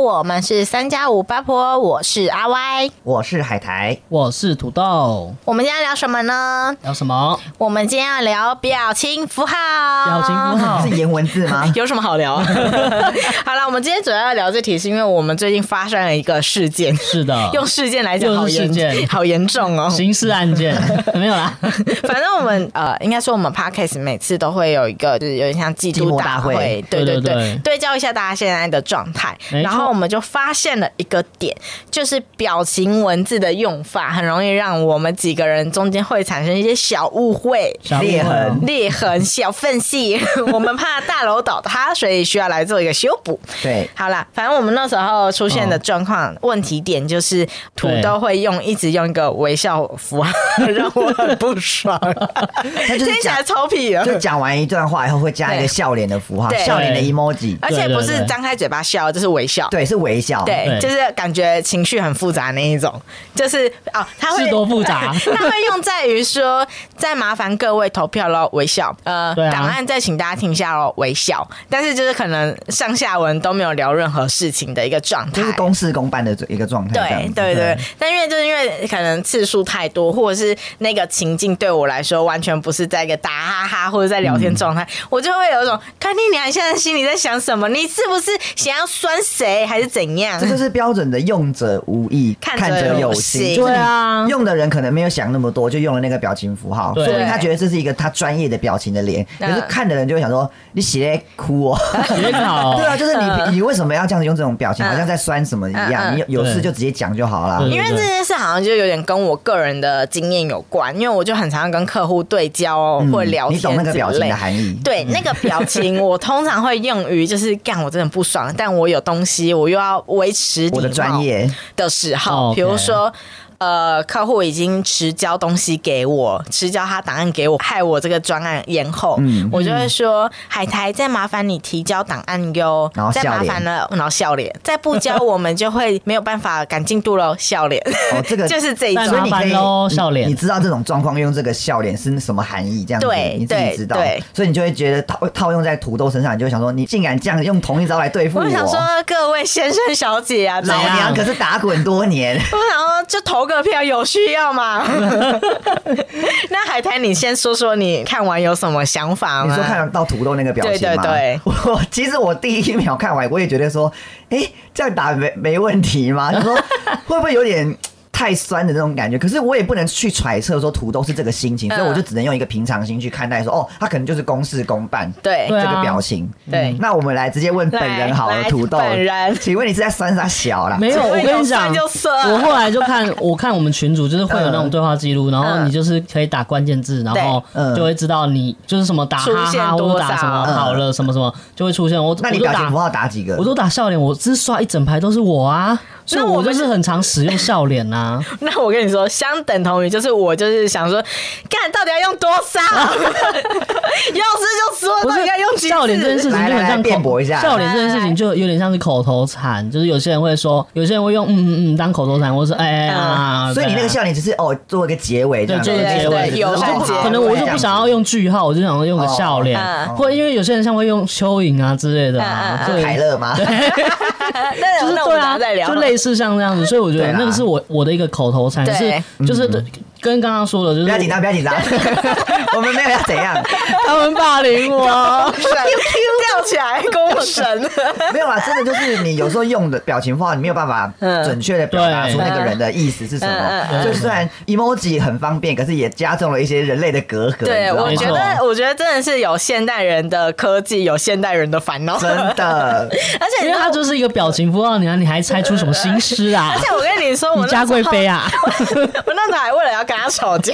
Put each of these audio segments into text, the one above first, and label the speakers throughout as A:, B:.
A: 我们是三加五八婆，我是阿 Y。
B: 我是海苔，
C: 我是土豆，
A: 我们今天要聊什么呢？
C: 聊什么？
A: 我们今天要聊表情符号。啊
C: 表情符
A: 哦
C: 号
B: 是颜文字吗？
A: 有什么好聊啊？ 好了，我们今天主要要聊这题，是因为我们最近发生了一个事件。
C: 是的，
A: 用事件来讲，好
C: 又是事
A: 严，
C: 件
A: 好严重哦。
C: 刑事案件没有啦，
A: 反正我们呃，应该说我们 podcast 每次都会有一个，就是有点像季
B: 季
A: 度
B: 末
A: 大
B: 大
A: 会，
B: 会
A: 对
C: 对
A: 对
C: 对对
A: 对焦一下大家现在的状态。
C: 没错
A: 然后我们就发现了一个点，就是表情文字的用法，很容易让我们几个人中间会产生一些小误 会。
C: 小
B: 裂痕
A: 裂痕、小缝隙， 我们怕大楼倒塌，所以需要来做一个修补。
B: 对，
A: 好啦，反正我们那时候出现的状况、问题点就是土豆会用一直用一个微笑符号， 让我很不爽。
B: 他就是
A: 听起来
B: 讲，
A: 超屁的，
B: 就讲完一段话以后会加一
A: 对
B: 个笑脸的符号，
A: 对
B: 笑脸的 emoji，
A: 而且不是
C: 对
A: 张开嘴巴笑，就是微笑。
B: 对，是微笑，
A: 对，
C: 对
A: 就是感觉情绪很复杂那一种，就是哦，他会
C: 是多复杂
A: 他会用在于说，再麻烦各位投票喽，微笑。呃，
C: 对啊
A: 档案再请大家听一下喽，微笑。但是就是可能上下文都没有聊任何事情的一个状态，
B: 就是公事公办的一个状态，这
A: 对
B: 样子
A: 哎对对，但因为就是因为可能次数太多，或者是那个情境对我来说完全不是在一个打哈哈或者在聊
B: 嗯
A: 天状态，我就会有一种看你俩现在心里在想什么，你是不是想要酸谁还是怎样
B: 这？就是标准的用者无意，
A: 看
B: 看
A: 者
B: 者
A: 有
B: 有
A: 心
B: 心。就是
C: 对啊
B: 你用的人可能没有想那么多，就用了那个表情符号，
C: 对
B: 所以他觉得这是一个他专业的表情的脸。可
A: 嗯
B: 是看的人就会想说：“你写哭哦。
C: 别”考
B: 对，啊，就是你你为什么要这样子用这种表情，
A: 嗯
B: 好像在酸什么一
A: 嗯嗯
B: 样？你有有事就直接讲就好啦。
C: 对
A: 因为这件事好像就有点跟我个人的经验有关，因为我就很常跟客户对焦、哦
B: 嗯
A: 或聊天
B: 你
A: 之
B: 懂
A: 类。
B: 那个表情的 含义。
A: 对，那个表情我通常会用于就是干我真的不爽，但我有东西，我又要维持
B: 我的
A: 礼貌
B: 专业
A: 的时候，
B: 哦
C: OK
A: 比如说。呃，客户已经迟交东西给我，迟交他档案给我，害我这个专案延后，
B: 嗯
A: 我就会说、海苔，再麻烦你提交档案哟
B: 然后，
A: 再
B: 笑
A: 麻
B: 脸
A: 烦了，然后笑脸，再不交我们就会没有办法赶进度喽，笑 脸，
B: 哦，这 个
A: 就是这一
C: 但
A: 种
B: 所以
C: 麻
B: 你可
C: 烦
B: 以
C: 喽
B: 你
C: 笑脸
B: 你知道这种状况用这个笑脸是什么含义，这样子
A: 对
B: 你自己
A: 对
B: 知道
A: 对，
B: 所以你就会觉得套套用在土豆身上，你就会想说，你竟然这样用同一招来对付
A: 我想说，各位先生小姐啊，
B: 老
A: 怎样
B: 娘可是打滚多年，
A: 我想说，就投个票有需要吗？ 那海苔，你先说说你看完有什么想法
B: 你
A: 吗？
B: 说看到土豆那个表情吗？
A: 对对对
B: 我其实我第一秒看完，我也觉得说，哎、这样打没没问 题吗？就说会不会有点。太酸的那种感觉，可是我也不能去揣测说土豆是这个心情，
A: 嗯
B: 所以我就只能用一个平常心去看待说，哦，他可能就是公事公办，
A: 对
B: 这
C: 对啊
B: 个表情。嗯
A: 对
B: 那我们来直接问本人好
A: 来
B: 了，
A: 来
B: 土豆
A: 本人
B: 请问你是在酸啥小啦？
C: 没有，我跟你
A: 有酸
C: 讲，
A: 就酸
C: 我后来就看，我看我们群主就是会有那种
B: 嗯
C: 对话记录，然后
A: 嗯
C: 你就是可以打关键字，然后
B: 嗯
C: 就会知道你就是什么打哈
A: 出现
C: 哈，
A: 多
C: 或者打什么
B: 少
C: 好了什么什么就会出现。我
B: 那
C: 我
B: 你
C: 就
B: 表情
C: 打
B: 符号打几个？
C: 我都打笑脸，我只刷一整排都是我啊，所以
A: 那我
C: 我
A: 们
C: 就是很常使用笑脸啊呐、
A: 那我跟你说，相等同于就是我就是想说，看到底要用多少？要是就说，
C: 不
A: 到
C: 是
A: 底要用几次？
C: 笑脸这件事情就
B: 来
C: 很
B: 来来
C: 像
B: 辩
C: 口
B: 驳一下
C: 笑脸这件事情就有点像是口头禅，就是有些人会说，有些人会用嗯嗯嗯当口头禅，或是哎哎
A: 嗯
C: 啊，
B: 所以你那个
C: 对啊啊
B: 笑脸只是哦，做一个结尾这
C: 对
B: 样子，
C: 做个结尾
A: 对对友善结尾
C: 可能我就不想要用句号，我就想要用个笑脸
A: 哦嗯，
C: 或者因为有些人像会用蚯蚓啊之类的
A: 嗯嗯嗯
C: 啊，对
B: 凯乐吗？
A: 那
C: 就是
A: 那我
C: 对
A: 们等
C: 啊
A: 下再，聊。啊
C: 就类似像这样子，所以我觉得
B: 对啦
C: 那个是我我的一个口头禅，
A: 对嗯
C: 是就是跟刚刚说的，就
B: 不要紧
C: 是
B: 张，不要紧张， 我们没有要怎样，
C: 他们霸 凌我，
A: 神吊起来，公神。
B: 没有啦，啊真的就是你有时候用的表情符号，你没有办法
A: 嗯
B: 准确的表达出那个人的意思是什
A: 嗯嗯
B: 么。
C: 嗯
B: 就虽然 emoji 很方便，可是也加重了一些人类的隔阂。
A: 对，
B: 你知
A: 我觉
B: 道吗
C: 没
A: 得，
C: 错
A: 我觉得真的是有现代人的科技，有现代人的烦恼。
B: 真的，
A: 而且你知
C: 因为
A: 道
C: 他就是一个表情符号，你还你还猜出什么心思啊
A: 而？且我跟你说， 我
C: 你家贵妃
A: 啊，
C: 啊？
A: 我那时候还为了要跟他吵架，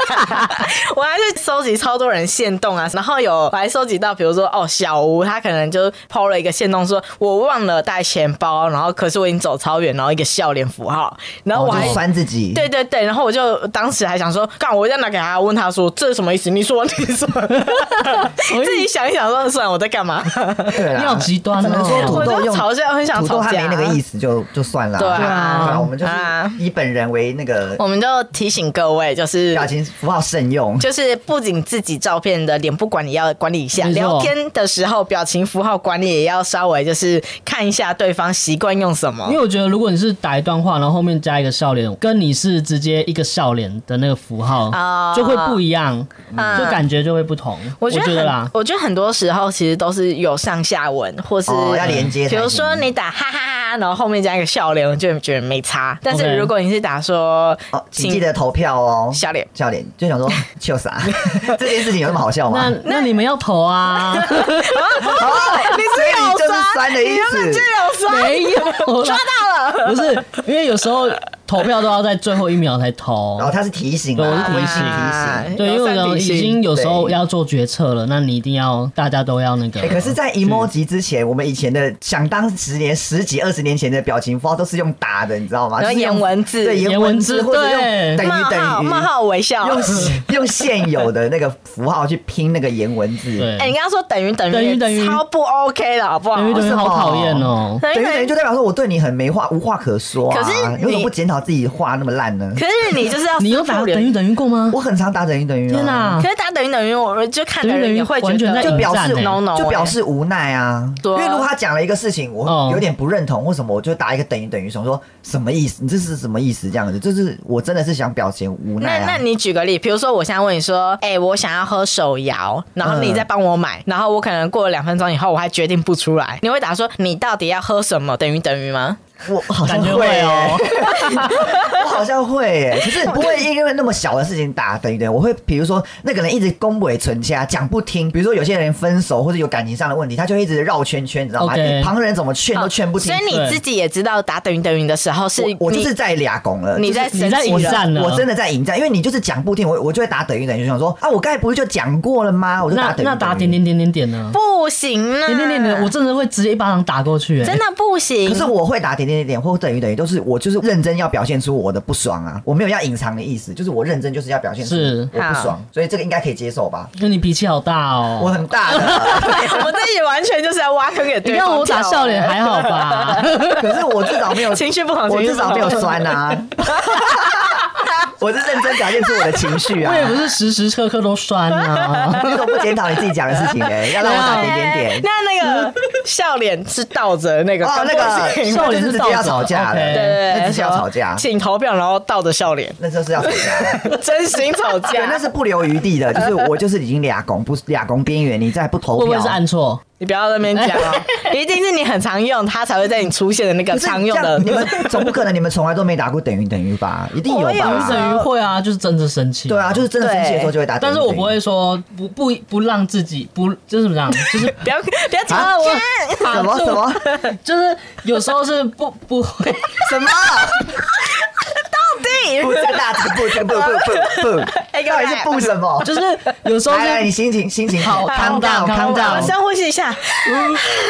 A: 我还去收集超多人线动啊，然后有我还收集到，比如说哦，小吴他可能就抛了一个线动说，我忘了带钱包，然后可是我已经走超远，然后一个笑脸符号， 然后我
B: 我
A: 还。
B: 哦就酸自己。
A: 对对对，然后我就当时还想说，干，我要拿给他，问他说这是什么意思？你说，你说， 自己想一想说，算了，我在干嘛？
B: 对啦，
C: 你好极端哦
B: 只能说土
A: 我
B: 豆
A: 就
B: 用
A: 吵架，很想
B: 土豆
A: 吵
B: 他
A: 架。
B: 没那个意思就就算了。
A: 对啊
B: 我们就是
A: 啊
B: 以本人为那个
A: 我们就提醒各位，就是
B: 表情符号 慎用。
A: 就是不仅自己照片的脸部管理要管理一下，
C: 没错
A: 聊天的时候表情符号管理也要稍微就是看一下对方习惯用什么
C: 因为。我觉得，如果你是打一段话，然后后面加一个笑脸，跟你是直接一个笑脸的那个符号，
A: 啊
C: 就会不一样，
B: 嗯
C: 就感觉就会不同。
A: 嗯我
C: 我
A: 觉得很
C: 啦，
A: 我觉得很多时候其实都是有上下文，或是、
B: 哦要连接
A: 比
B: 才行
A: 如说你打哈哈哈，然后后面加一个笑脸，我就觉得没差。但是
C: OK
A: 如果你是打说，
B: 哦，请记得投票哦。
A: 笑脸
B: 笑脸，就想说 笑啥？这件事情有那么好笑吗？
C: 那那你们要投啊？
B: 哦，
A: 你
B: 所
A: 是
B: 以你
A: 有
B: 就是
A: 酸
B: 酸的意
A: 你原本就
B: 思。
A: 有酸，
C: 没有 啦，
A: 抓到了。
C: 不是，因为有时候投票都要在最后一秒才投
B: 然。后他是提醒啊哎啦，
C: 哦对我是提
B: 微
C: 醒
B: 信提醒。
C: 对，因为
A: 有
C: 我
A: 三
C: 们
A: 体
C: 已
A: 性
C: 经有时候
B: 对
C: 要做决策了，那你一定要大家都要那个。
B: 哎、可是，在 emoji 之前，我们以前的想当十年、十几、二十年前的表情符号都是用打的，你知道吗？
A: 然后
B: 就是用
A: 颜文字
B: 对，
C: 颜
B: 颜
C: 文
B: 文
C: 字
B: 字或者
C: 对
B: 用等于
A: 冒号
B: 等于
A: 冒号微笑。
B: 用现用现有的那个符号去拼那个颜文字，
C: 对，
A: 哎、你刚刚说等于等于
C: 等于等于
A: 超不 OK 的好不好？
C: 等于等于
B: 什么
C: 好讨厌 哦。
A: 等
B: 等于等于就代表说我对你很没话无话可说啊。
A: 可是
B: 你为
A: 你
B: 什么不检讨自己画那么烂呢？
A: 可是你就是要
C: 你有打
A: 复
C: 等
A: 联
C: 于等于过吗？
B: 我很常打等于等于、啊，
C: 天哪
A: 可！是打等于等于，我就看的人也会觉
C: 等于等于完全
A: 得
C: 在
B: 就表
C: 引
B: 示
C: 战欸
A: no no，
B: 就表示无奈啊。
A: 对啊嗯
B: 因为如果他讲了一个事情，
C: 哦
B: 我有点不认同，为什么我就打一个等于等于，想说什么意思？你这是什么意思？这样子，就是我真的是想表现无
A: 那
B: 奈啊。
A: 那你举个例，比如说我现在问你说，哎、我想要喝手摇，然后你再帮我买，然后我可能过了两分钟以后我还决定不出来，你会打说你到底要喝什么？等于等于吗？
B: 我好像
C: 感觉
B: 会
C: 会哦
B: 欸我好像会 耶。可是你不会因为那么小的事情打等于等于，我会比如说那个人一直恭维存家，讲不听。比如说有些人分手或者有感情上的问题，他就会一直绕圈圈，你知道吗
C: OK
B: 旁人怎么劝都劝不听。
A: 哦所以你自己也知道打等于等于的时候是
B: 我我就
A: 你
B: 是在俩拱了，
A: 你
B: 就
A: 在
B: 是
C: 你在
A: 生气
C: 引
A: 了
C: 战了，
B: 我真的在引战，因为你就是讲不听，我我就会打等于等于，就想说啊，我刚才不是就讲过了吗？我就打
C: 那
B: 等于
C: 那打点。
B: 等于
C: 点点点点呢？
A: 不行啊，
C: 点点点点，我真的会直接一巴掌打过去、欸，
A: 真的不行。
B: 可是我会打点点点点或等于等于，都是我就是认真要表现出我的不爽啊，我没有要隐藏的意思，就是我认真就是要表现出
C: 是
B: 我不
A: 好
B: 爽，所以这个应该可以接受吧？
C: 那你脾气好大哦、
B: 我很大的，
A: 我自己完全就是要挖坑给
C: 你
A: 对方跳
C: 看
A: 欸
C: 我打笑脸还好 吧？
B: 可是我至少 没有，
A: 情绪不好，
B: 我
A: 情绪
B: 至
A: 不好
B: 少没有酸啊，我是认真表现出我的情绪啊
C: 我。也不是时时刻刻都酸啊。
B: 你怎么不检讨你自己讲的事情呢、 要让我打点点点，
A: 那那个笑脸是倒着的那个
C: 啊
B: 哦，那
A: 不
B: 个
A: 行
C: 笑脸
B: 就是直接要吵
C: 倒
B: 架
C: 着
B: 了，
C: ，OK
A: 对对对，
B: 那就是要吵架，
A: 请投票，然后倒着笑 脸，
B: 那就是要吵 架。
A: 真心吵
B: 对，
A: 架。
B: 那是不留余地的，就是我就是已经俩拱不俩拱边缘，你 再不投
C: 会不会
B: 票，
C: 是按错？
A: 你不要在那边讲 哦，一定是你很常用，它才会在你出现的那个
B: 可是
A: 常用
B: 这
A: 的
B: 样。你们总不可能你们从来都没打过等于等于 吧？一定有
A: 我有
C: 等于
A: 啊
B: 吧？
C: 等于会啊，就是真的生气。
B: 对啊，就是真的生气的时候就会打等
C: 但
B: 于
C: 是
B: 等于
C: 我不会说不不不让自己不就是怎 么样，就是
A: 不要不要讲
C: 啊
A: 我，
B: 什么什么
C: 就是有时候是不 不会，
B: 什 么，不这个大字不这个不不 不
A: 哎
B: 不，
A: 给我
B: 到
A: 来
B: 底是不什么？
C: 就是有时候
B: 来来，你
C: 是
B: 心情心情
C: 好
B: ，calm
C: calm down，calm
B: down，calm
C: down
A: 我
B: down，
A: 深呼吸一下。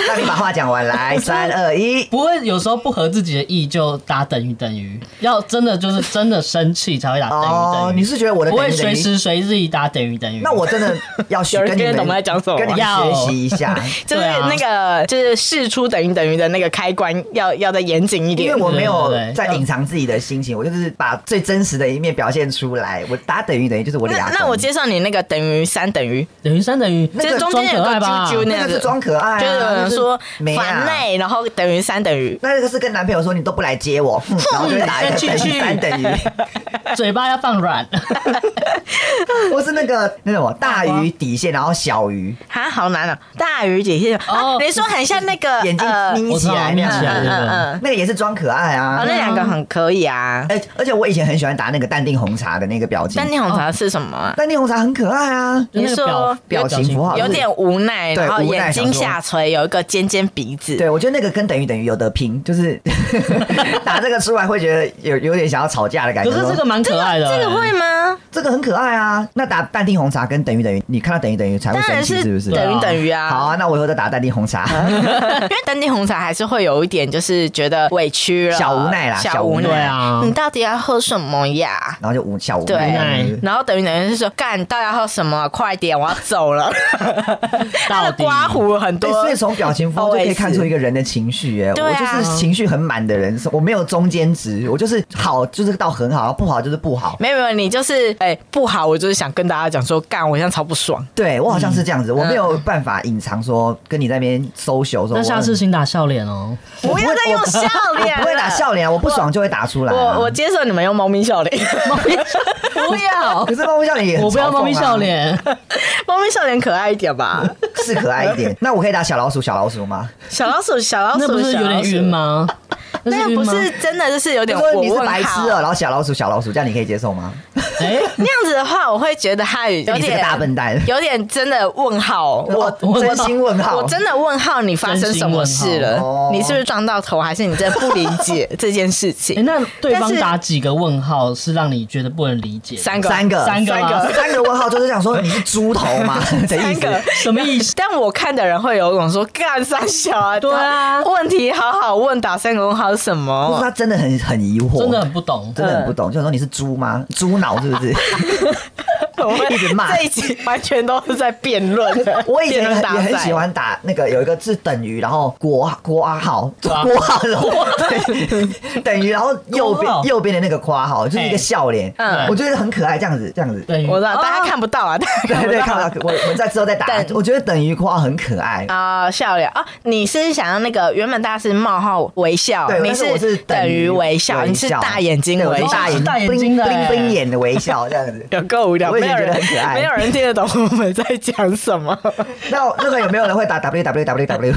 B: 让你把话讲完，来，三二一。
C: 不会，有时候不合自己的意就打等于等于，要真的就是真的生气才会打等于
B: 哦
C: 等，于。
B: 你是觉得我的
C: 不
B: 等
C: 会
B: 于等
C: 随
B: 于？
C: 时随随地打等于等 于。
B: 那我真的要学
A: 有人
B: 跟你
A: 听得
B: 们
A: 懂我在讲什么吗
B: 跟你们
C: 要
B: 学习一下。
A: 就是
C: 对啊
A: 那个，就是试出等于等于的那个开关，要要再严谨一
B: 因
A: 点
B: 为。我没有
C: 对对对
B: 在隐藏自己 的心情，我就是把最真实的一面表现出来。我打等于等于就是我的
A: 那
B: 牙。
A: 那我接受你那个等于三等于，
C: 等于三等于，
B: 那
A: 就是
B: 个
A: 中
C: 装
A: 间
C: 可
A: 有个
C: 爱吧
A: 啾啾那
B: 那
A: 样
B: 个是
A: 子，
B: 装可爱、啊，
A: 就是有人说
B: 没
A: 烦
B: 啊。
A: 累，然后等于三等于。
B: 那个是跟男朋友说你都不来 接我，哼然
A: 嗯
B: 后就打一个
C: 去
B: 等
C: 去
B: 于三等于，
C: 嘴巴要放软。
B: 或是那个那什么大于底线，然后小于
A: 啊，好难啊！大于底线
C: 哦
A: 哦，你说很像那个
B: 眼睛
A: 呃
B: 眯起来那样
C: 我知
B: 子，
C: 道眯起来
A: 嗯嗯嗯，
B: 那个也是装可爱
A: 哦，
B: 啊。哎
A: 那两个很可以啊。
B: 而而且我以前很喜欢打那个淡定红茶的那个表情
A: 但，你红茶是什么啊？
B: 淡定红茶很可爱啊。
C: 就那个
A: 你说
B: 表情符号
A: 有点无奈，
B: 嗯对
A: 然后
B: 无奈
A: 眼睛
B: 想说
A: 下垂，有一个尖尖鼻子。
B: 对，我觉得那个跟等于等于有得拼，就是 打这个出来会觉得有有点想要吵架的感觉。
C: 可是这个蛮可爱的、欸
A: 这个会吗？
B: 这个很可爱啊。那打淡定红茶跟等于等于，你看到等于等于才会
A: 当
B: 生
A: 然
B: 气，是不是？
C: 对啊
A: 等于等于啊。
B: 好啊，那我以后再打淡定红茶。
A: 因为丹地红茶还是会有一点，就是觉得委屈了，
B: 小无奈啦
A: 小无
B: 小无
C: 对
A: 奈
B: 奈
C: 啊
A: 你，到底要喝什么呀？
B: 然后就无小无
A: 对
B: 奈，
A: 然后等于等于是说，干，到底要喝什么？快点，我要走了。 他
C: 到
A: 的
C: 底
A: 刮胡很
B: 对，
A: 多，
B: 哎所以从表情符号就可以
A: OS
B: 看出一个人的情绪、耶。
A: 对
B: 我
A: 啊
B: 就是情绪很满的人，我没有中间值，我就是好就是到很好，不好就是不好。
A: 没有没有，你就是哎、会不好，我就是想跟大家讲说，干，我现在超不爽。
B: 对我好像是这样
A: 嗯
B: 子，我没有办法隐藏说跟你在那边搜求说。
C: 那下次请打笑脸哦。
A: 不要再用笑脸，
B: 不会打。笑脸啊，我不爽就会打出来啊、
A: 我我接受你们用猫咪笑脸，
C: 不要
B: 可，是猫咪笑脸也很
C: 我不
B: 嘲
C: 要
B: 讽
C: 猫咪
B: 啊
C: 笑，脸，
A: 猫咪笑脸可爱一点吧。
B: 是可爱 一点。那我可以打小老鼠，小老鼠吗？
A: 小老鼠，小老鼠，
C: 那不是有点晕？吗？
A: 那
C: 是
A: 个
C: 晕
A: 不
C: 吗？
A: 是真的，就是有
B: 就
A: 点
B: 说
A: 我
B: 你是
A: 问
B: 白痴
A: 号
B: 哦，然后小老鼠，小老鼠，这样你可以接受吗？
C: 哎，
A: 那样子的话，我会觉得他有
B: 你是个
A: 点
B: 大笨蛋。
A: 有点真的问号，我。
B: 我 真心问号，
A: 我真的问号，你发生什么事
B: 真心问号
A: 了
B: 哦？
A: 你是不是撞到头，还是你真的不理解这件事
C: 哎，
A: 情？
C: 那对
A: 但
C: 方
A: 是
C: 打几个问号是让你觉得不能理解的？
A: 三个，
B: 三个
C: 三个
A: 三
C: 吗
A: 个，
B: 三个问号，就是想说你 是猪头 吗？的意
A: 三
B: 思
A: 个。
C: 什么意思？
A: 但我看的人会有一种说干三小啊，
C: 对啊
A: 问题好好问，打三个问号是什
B: 就是
A: 么？
B: 他真的很很疑惑，
C: 真的很不懂。
B: 真的很不
A: 嗯
B: 懂，就想说你是猪吗？猪脑是不是？
A: 我们
B: 一直骂
A: 这一集完全都是在辩论的
B: 我以前
A: 辩
B: 也
A: 论大
B: 很
A: 赛
B: 也很喜欢打那个有一个字等于，然后国国啊号
C: 啊
B: 国号然后对等于，然后右
C: 国
B: 边
C: 号
B: 右边的那个括号就是一
C: 哎
B: 个笑脸，
A: 嗯
B: 我觉得很可爱，这样子这样子。
C: 对，
A: 我知道，
C: 哦
A: 大家看不到啊，大家
B: 对
A: 看不
B: 对，
A: 到。
B: 看到我我们在之后再打
A: 等，
B: 我觉得等于括号很可爱。
A: 啊、笑脸啊、你是想要那个原本大家是冒号微笑，
B: 对，
A: 你
B: 但我是
A: 等于微笑，你是大眼睛
B: 对我
A: 微
B: 是
A: 笑，。
B: 大眼
C: 大眼睛的
B: 冰
C: 哎
B: 冰冰眼的微笑这样子
A: 有够无聊，
B: 我以
A: 没有
B: 前觉得
A: 人
B: 很可爱
A: 没有人听得懂我们在讲什 么，
B: 那那个有没有人会打 W W W W？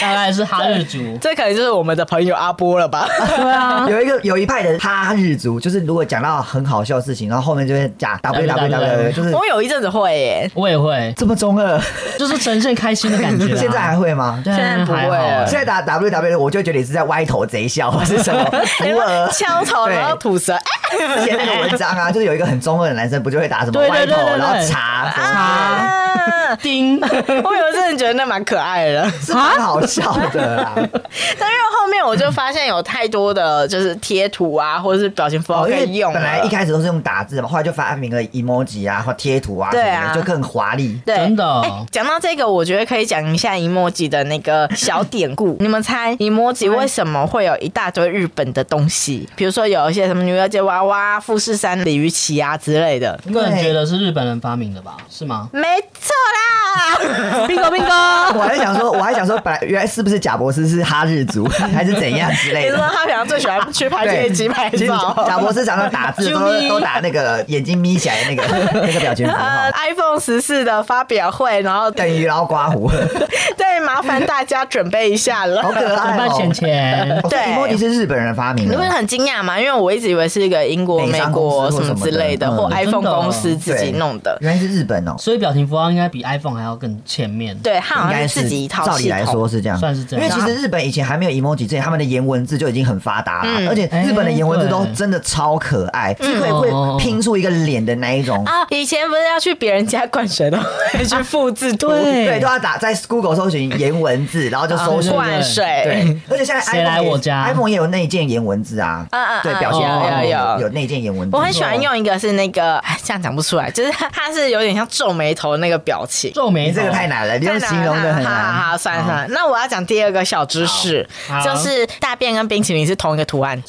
C: 大概是哈日族。
A: 这可能就是我们的朋友阿波了 吧？
C: 对啊，
B: 有一个有一派的哈日族，就是如果讲到很好笑的事情，然后后面就会加 W W W，就是
A: 我有一阵子会耶，
C: 我也会，
B: 这么中二。
C: 就是呈现开心的感觉啊。
B: 现在还会吗？
C: 对
A: 现在不会
C: 还好
A: 了
C: 欸
B: 现在打 W W，我就 E，觉得你是在歪头贼笑， 或是什么
C: 哎
B: 无
A: 呃
B: 耳
A: 敲头
B: 对
A: 然后吐舌，哎
B: 之前那个文章啊，就是有一个很中二的男生，不就会打什么
C: 对对
B: 歪
C: 对
B: 头，
C: 对对
B: 然后查什么
A: 啊！
C: 丁，
A: 哎 我有一阵子觉得那蛮可爱的，
B: 是蛮好笑的啦。
C: 啊
A: 但因为后面我就发现有太多的就是贴图啊，或者是表情符号
B: 哦，
A: 可
B: 因为
A: 以用了。
B: 本来一开始都是用打字嘛，后来就发明了 emoji 啊或贴图啊什么
A: 对啊
B: 的，就更华丽。
A: 对，
C: 真的
A: 哎讲到这个，我觉得可以讲一下 emoji 的那个小典 故。你们猜 emoji 为什么会有一大堆日本的东西？比如说有一些什么女儿节娃娃、富士山鲤鱼旗啊之类的。
C: 个人觉得是日本人发明的吧？是吗？
A: 没错啦，
C: bingo bingo，
B: 我还想说，我还想说，本来原来是不是贾博士是哈日族 还是怎样之
A: 你
B: 类
A: 说
B: 的？
A: 他平常最喜欢去拍
B: 对，
A: 街机拍
B: 其实贾
A: 照。
B: 博士常常打字都
C: 啾咪
B: 都打那个眼睛眯起来的那个 那个表情符号
A: 呃，，iPhone 十四的发表会，然后
B: 等于然后刮胡，
A: 对，麻烦大家准备一下了。
B: 好可
C: 怎么
B: 爱
C: 办？
B: 哦。
C: 钱
B: 哦所以
C: 钱
A: 对
B: emoji 是日本人发明
A: 你会
B: 的。
A: 很惊讶吗？因为我一直以为是一个英国、
B: 美
A: 美
B: 商
A: 国
B: 公司
A: 什
B: 或
A: 么
B: 什么
A: 之类的，
B: 的
A: 或
B: 嗯
A: iPhone
C: 真的哦
A: 公司自己
B: 对
A: 弄的。
B: 原来是日本哦，
C: 所以表情符号应该比 iPhone 还要更前面。，
A: 对，他
B: 应
A: 好
B: 该
A: 像是
B: 是
A: 自己一套
B: 照
A: 系
B: 理来
A: 统。
B: 说是这样，
C: 算是这样
B: 因为其实日本以前还没有 emoji 之前，他们的颜文字就已经很发达了、
A: 嗯
B: 而且日本的颜文字都
C: 哎对哦
B: 真的超可爱，是会会拼出一个脸的那一种。
A: 啊，以前不是要去别人家灌水的，会去复制图
C: 对
B: 对，都要打在 Google 搜寻颜文字，然后
A: 哦
B: 就搜
C: 对
B: 寻。
C: 啊
A: 灌水。
B: 对，而且现在
C: 谁
B: iPhone
C: 来
B: 也
C: 我家哦
B: ，iPhone 也有内建颜文字啊，
A: 嗯嗯嗯
B: 对，表情
C: 有
B: 包
C: 有
A: 有
B: 有内建颜文字。
A: 我很喜欢用一个是那个，哎这样讲不出来，就是它它是有点像皱眉头那个表情。
C: 皱眉
B: 你
C: 头
B: 这个太。难了，你用形容的很
A: 好好
B: 难。
A: 好，算了算了。那我要讲第二个小知识
C: 好，好
A: 就是大便跟冰淇淋是同一个图案。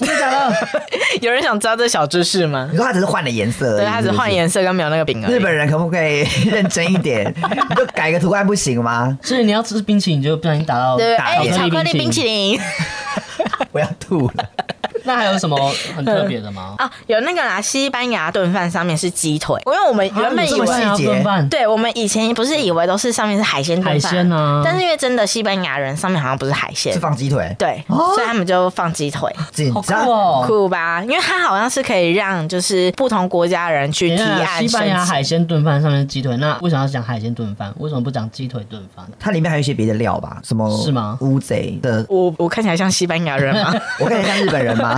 A: 有人想知道这小知识吗
B: 你？说它只是换了颜色而已，
A: 对，它只
B: 是不是
A: 换。颜色跟没有那个饼而已。
B: 日本人可不可以 认真一点？你就改个图案不行吗？
C: 所以你要吃冰淇淋，你就不小心打到
A: 对，
C: 打
A: 哎，巧克力冰
C: 冰
A: 淇
C: 淋。
A: 淋
B: 我要吐了。
C: 那还有什么很特别的吗？
A: 啊，有那个啦，西班牙炖饭上面是鸡腿，因为我们 原本
C: 啊
A: 以
C: 有
A: 为
C: 西班牙
B: 哦细节
C: 炖饭
A: 对，我们以前不是以为都是上面是海鲜炖饭
C: 海鲜啊
A: 但是因为真的西班牙人上面好像不是海鲜
B: 是，放鸡 腿，
A: 对，
B: 哦
A: 所以他们就放鸡腿，
B: 紧
C: 好酷
B: 张。
C: 哦！
A: 酷吧？因为它好像是可以让就是不同国家人去
C: 等一
A: 提
C: 下，
A: 案
C: 西班牙
A: 申请。
C: 海鲜炖饭上面是鸡腿，那为什么要讲海鲜炖饭？为什么不讲鸡腿炖 饭？
B: 它里面还有一些别的料吧？什么
C: 是吗
B: 乌贼的，
A: 我我看起来像西班牙人吗？
B: 我看起来像日本人吗？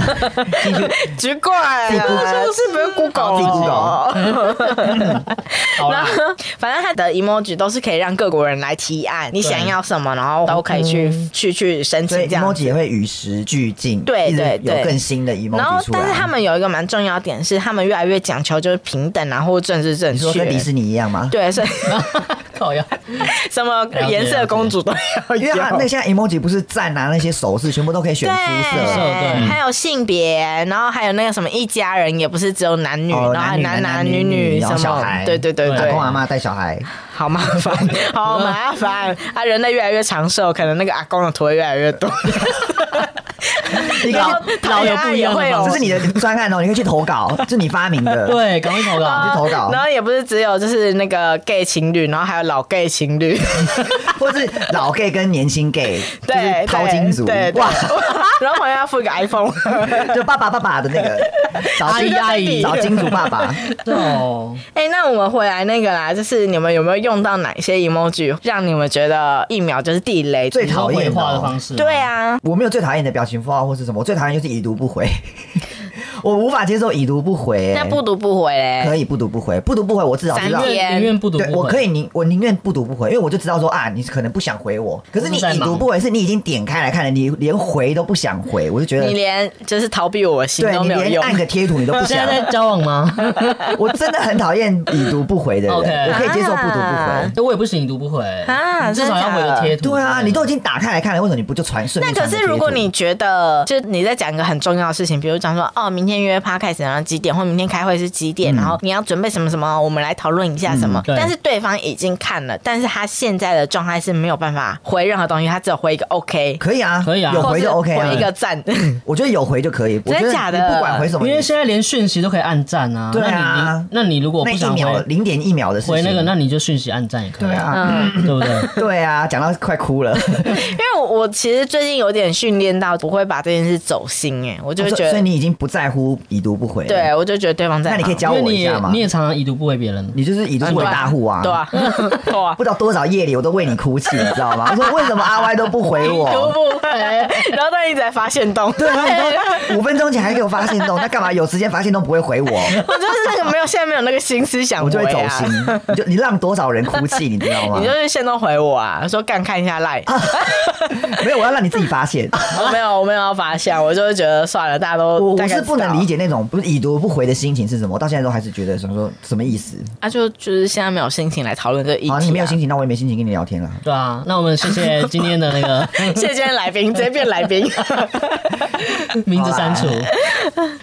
B: 进去
A: 奇 怪
B: 自己
A: 啊，
B: Google
A: 是是不是 Google？
B: 好自己
A: Google。
C: 好
A: 然
C: 啦
A: 后， 反正它的 emoji 都是可以让各国人来提案，你想要什么，然后都可以去去去申
B: 所
A: 请
B: 以
A: 这样
B: emoji 也会与时俱进，
A: 对
B: 一直
A: 对对
B: 有更新的
A: 然后
B: emoji，出来。
A: 但是他们有一个蛮重要的点是，他们越来越讲求就是平等啊，或者政治正
B: 你说
A: 确
B: 跟。迪士尼一样吗？
A: 对，所以
C: 靠呀，
A: 什么颜色的公主都要
B: 因
A: 有
B: 为他那现在 emoji 不是赞啊那些手势，全部都可以选
A: 对，
B: 肤
C: 色
B: 色。
C: 对
A: 还有性别，然后还有那个什么一家人，也不是只有男女，
B: 哦
A: 然后还有
B: 男女
A: 男
B: 男
A: 女
B: 女女然
A: 什
B: 后
A: 么，
B: 小孩
A: 对对对
C: 对
B: 阿
A: 对，
B: 公阿妈带小孩，
A: 好麻烦，好麻烦啊！人类越来越长寿，可能那个阿公的图会越来越多。
B: 你可
A: 然
B: 以
A: 后
B: 去
A: 老有不一样的
C: 会
A: 会
C: 有
A: 有，
B: 这是你的专案哦，你可以去投稿，这是你发明的。，
C: 对，赶快投稿
B: 你。去投啊稿
A: 然，后也不是只有就是那个 gay 情侣，然后还有老 gay 情 侣，
B: 或是老 gay 跟年轻 gay，就
A: 对，
B: 是淘金族，
A: 对，
B: 哇
A: 哇，！ 然后好像要付一个 iPhone，
B: 就爸爸爸爸的 那个找
C: 阿姨阿姨
B: 找金主爸爸，
C: 对哦，
A: 哎、那我们回来那个啦，就是你们有没有用到哪些 emoji 让你们觉得一秒就是地雷？
B: 最讨
C: 你
B: 厌
C: 说回
B: 哦
C: 话的方式。
A: 对，啊，
B: 我没有最讨厌的表情符号或是什么，我最讨厌就是已读不回， 我无法接受已读不回、欸
A: 那不读不回嘞，
B: 可以不读不回，不读不回我至少知道
A: 三
C: 宁
A: 天。
C: 愿宁愿不读不
B: 对
C: 回。，
B: 我可以宁我宁愿不读不回，因为我就知道说啊，你可能不想回我。可是你
C: 我在
B: 已
C: 忙
B: 读不回，是你已经点开来看了，你连回都不想回，我就觉得
A: 你连就是逃避我的心
B: 对
A: 都
B: 你
A: 没有
B: 连
A: 用。
B: 按个贴图你都不
C: 现
B: 想。
C: 在在交往吗？哎
B: 我真的很讨厌已读不回的人
C: OK
B: 我可以接受不读不回
A: 啊。
C: 我也不行，你读不回
A: 啊
C: 你至
A: 真
C: 少
A: 的
C: 要
A: 假
C: 回个
A: 的
C: 贴图之类
B: 对
C: 的。
B: 啊，你都已经打开来看了，为什么你不就传顺
A: 那
B: 便传
A: 可
B: 个贴
A: 是
B: 图？
A: 如果你觉得，就是你在讲一个很重要的事情，比如讲说，哦，明天约 p 开始，然后几点，或明天开会是几
B: 嗯
A: 点，然后你要准备什么什么，我们来讨论一下什么。
C: 对
A: 但是对方已经看了，但是他现在的状态是没有办法回任何东西，他只有回一个 OK，
B: 可以啊，
C: 可以啊
B: 有
A: 或
B: 回
A: 是
B: 就 OK 啊
A: 回一。个赞。
B: 我觉得有回就可以，我觉
A: 真的
B: 得
A: 假的
B: 你不管回什么，
C: 因为现在连讯息都可以按赞啊。
B: 对啊
C: 那你你那你如果
B: 那
C: 不
B: 一
C: 想
B: 秒
C: 回
B: 零点一秒的事情，
C: 回那个，那你就讯息按赞也可以。
B: 对，啊，
A: 嗯，
C: 对不 对？
B: 对啊，讲到快哭了，
A: 因为我我其实最近有点训练到不会把这件事走心、哎， 我就会觉
B: 哦所以
A: 得，
B: 你已经不在乎已读不回，
A: 对，啊我就觉得对方在
B: 那
A: 忙，
B: 你可以教
C: 因为
B: 我
C: 你
B: 一下
C: 也
B: 嘛
C: 你，也常常已读不回别人。
B: 你就是已读不回
A: 对
B: 大户啊，
A: 对，啊， 对啊
B: 不。知道多少夜里我都为你哭泣，你知道吗？我说为什么阿 Y 都不哦 回
A: 读
B: 我？
A: 不回，然后他一直在发现 洞，
B: 对啊，你都五分钟前还给我发现动，那干嘛有时间发现动不会 回我？
A: 我就是那个没有，现在没有那个心思想、啊，
B: 我就会走心，你就你让多少人哭泣，你知道吗
A: 你就？是现在回我啊，说干看一下 赖、
B: 没有，我要让你自己发现。
A: 我没有，我没有要发现，我就是觉得算了，大家都
B: 我
A: 大
B: 我
A: 概
B: 是不能理
A: 知
B: 解那种不是已读不回的心情是什么，我到现在都还是觉得什么说什么意思？
A: 道啊，就就是现在没有心情来讨论这个议题、
B: 啊，你没有心，情，那我也没心情跟你聊天了。
C: 对啊，那我们谢谢今天的那个
A: 谢谢今天来宾，直接变来宾，
C: 名字删除。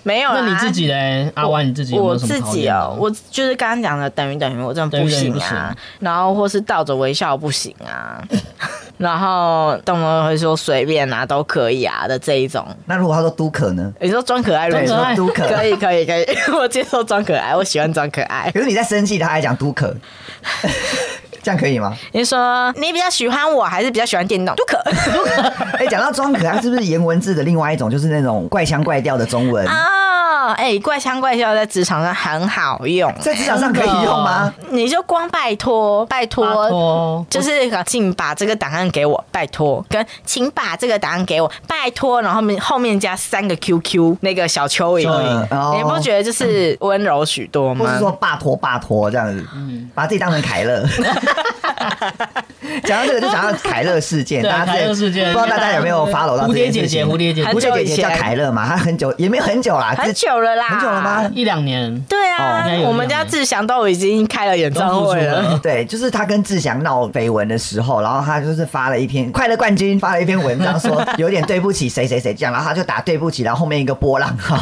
A: 没有啦。啊
C: 那你自己嘞，阿歪你自己有没
A: 我
C: 有什
A: 自
C: 么讨
A: 己
C: 厌的？
A: 哦，我就是刚刚讲的等于等于，我真的不行
C: 等于等于不
A: 啊
C: 行。
A: 然后或是倒着微笑不行啊， 然后动不动会说随便啊都可以啊的这一种。
B: 那如果他说都可呢？
A: 你说装可爱，
C: 装
B: 对，
C: 可爱
B: 说都可。
A: 可以可以可 以，我接受装可爱，我喜欢装可爱。
B: 可是你在生气，他还讲都可， 这样可以吗？
A: 你说你比较喜欢我还是比较喜欢电动？都可
B: 哎、讲到装可爱，是不是颜文字的另外一种，就是那种怪腔怪调的中文，
A: 啊，哎、怪腔怪调在职场上很好用。
B: 在职场上可以用吗？
A: 你就光拜托拜
C: 拜
A: 托，
C: 托
A: 就是请把这个档案给我，拜托，跟请把这个档案给我，拜托，然后后面后面加三个 QQ 那个小蚯蚓，
C: 蚯蚓
B: 哦
A: 你不觉得就是温柔许多
B: 或是
A: 吗？
B: 说拜托拜托这样子，
C: 嗯
B: 把自己当成凯 乐。讲到这个就想到凯乐事件，
C: 对啊
B: 大家
C: 凯乐
B: 之
C: 事
B: 前
C: 件
B: 不知道大家有没有 follow 到
C: 蝴
B: 这
C: 蝶
B: 件
C: 姐
B: 事
C: 姐，
B: 情
C: 蝴蝶姐姐
A: 很
B: 蝴
A: 久
B: 蝶
A: 以
B: 姐姐叫
A: 前
B: 凯乐嘛，她很久也没有很久啦，
A: 很
B: 之
A: 久了啦，
B: 很久了吗？
C: 一两年
A: 对
B: 哦
A: 啊
C: 应该有，一
A: 我们
C: 两
A: 家
C: 年
A: 志祥都已经开了演
C: 都
A: 唱
C: 付出
A: 会了。
C: 了，
B: 对，就是他跟志祥闹绯闻的时候，然后他就是发了一篇快乐冠军，发了一篇文章说有点对不起谁谁谁这样，然后他就打对不起，然后后面一个波浪 号，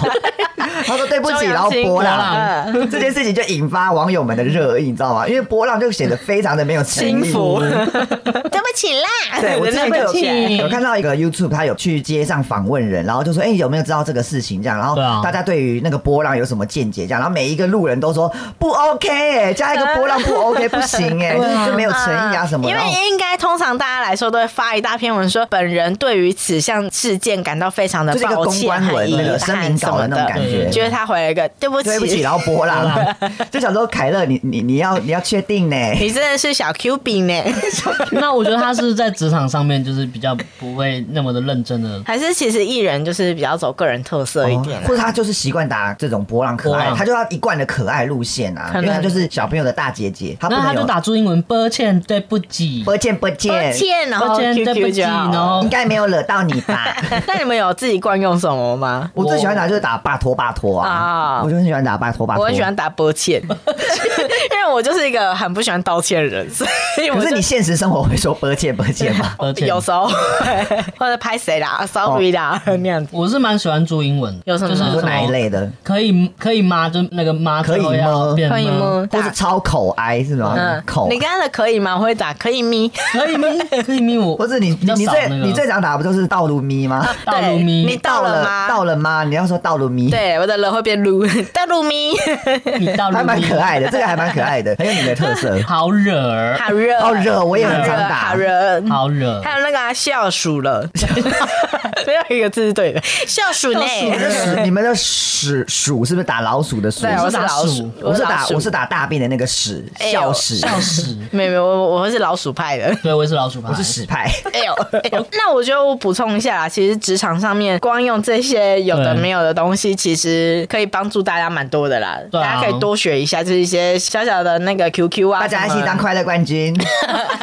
B: 他说对不起，
A: 周扬
B: 然后
A: 青
B: 波
C: 波
B: 浪，
A: 嗯
B: 这件事情就引发网友们的热议，你知道吗？因为波浪就显得非常的没有
A: 轻
B: 情意。
A: 浮， 对不起啦，
B: 对，我之前就
A: 对不
B: 有
A: 起。
B: 有看到一个 YouTube，他有去街上访问人，然后就说：“哎、有没有知道这个事情？”这样，然后
C: 对啊
B: 大家对于那个波浪有什么见解？这样，然后每一个路人都说不 OK，、欸、加一个波浪不 OK 不行、欸，哎、
C: 对啊
B: 就没有诚意啊什么。
A: 嗯因
B: 然后
A: 为应该通常大家来说都会发一大篇文说，本人对于此项事件感到非常的
B: 就是一个
A: 抱
B: 公
A: 歉、
B: 关
A: 和
B: 文
A: 遗
B: 那个
A: 憾
B: 声明
A: 什
B: 稿
A: 么嗯
B: 的那种感
C: 对
B: 觉。
A: 觉得他回了一个对不起，
B: 对不起，然后波浪， 就想说凯乐，你你你要你要确定呢？
A: 你真的是小 Q B 呢？
C: 那我觉得他是在职场上面就是比较不会那么的认真的。
A: 还是其实艺人就是比较走个人特色一点啊
B: 哦或者他就是习惯打这种波浪可
C: 波
B: 爱，
C: 浪
B: 他就要一贯的可爱路线啊，
A: 可
B: 因
A: 能
B: 为他就是小朋友的大姐姐，他不
C: 那
B: 能
C: 他就
B: 有
C: 打出英文，抱歉，对不起，
B: 不见不见
A: 抱，歉，然后
C: 抱歉，对不
A: QQ 就
C: 起，哦然
A: 好。
C: 后
B: 应该没有惹到你吧？
A: 那你们有自己惯用什么吗？
B: 我最喜欢打就是打拜托拜霸拖啊，
A: 啊
B: 我就很喜欢打霸拖霸拖。
A: 我很喜欢。打波欠， 因为我就是一个很不喜欢道歉的人，所以我
B: 可是
A: 就
B: 你现实生活会说抱歉抱 歉哦吗？
C: 抱歉
A: 有时候或者拍谁啦，sorry 啦、 那样子。
C: 我是蛮喜欢注英文的，
A: 有什么
C: 就是
B: 你
A: 你
B: 说
C: 什
B: 哪一
C: 么
B: 类的？
C: 可以可以吗？就是那个吗
B: 可以
C: 最后要
B: 吗
C: 变
A: 可以吗？
B: 嗯或是
A: 哦
B: 啊
A: 打
B: 超口哀是吗？
A: 嗯，
B: 口
A: 你。刚刚的可以吗？我会打可以咪，
C: 可以咪，可以 咪我，
B: 或是你
C: 比
B: 你
C: 较
B: 你
C: 少
B: 最
C: 那个
B: 你最常打不就是道路咪吗？
C: 道
A: 对
C: 路咪
A: 你到啊了吗？
B: 到了吗？你要说道路咪，
A: 对，我的人会变撸， 大撸 咪，
C: 你道路
B: 还蛮
C: 咪
B: 可爱的，这个还蛮可爱的，很有你的特色。
C: 好惹儿，
A: 好热，
B: 好热我也很
A: 好热
B: 常打
A: 好热。
C: 好惹，
A: 还有那个啊笑鼠 了，没有一个字是对的，笑鼠呢？
C: 笑鼠
B: 你们 的鼠，你们的鼠鼠是不是打老鼠的鼠？
A: 对，我
C: 我是
A: 是
C: 打
A: 老
C: 鼠
A: 鼠，
B: 我是打
A: 老鼠
B: 我是打大便的那个屎，
A: 哎呦
B: 笑屎，
C: 笑死！
A: 没有没有，我我是老鼠派的。
C: 对，我也是老鼠派，
B: 我是屎派。
A: 哎呦，哎 呦那我就补充一下啦。其实职场上面光用这些有的没有的东西，其实可以帮助大家蛮多的啦。
C: 对啊
A: 大家可以多学一下，就是一些小小的那个 QQ 啊，
B: 大家一起当。快乐冠军，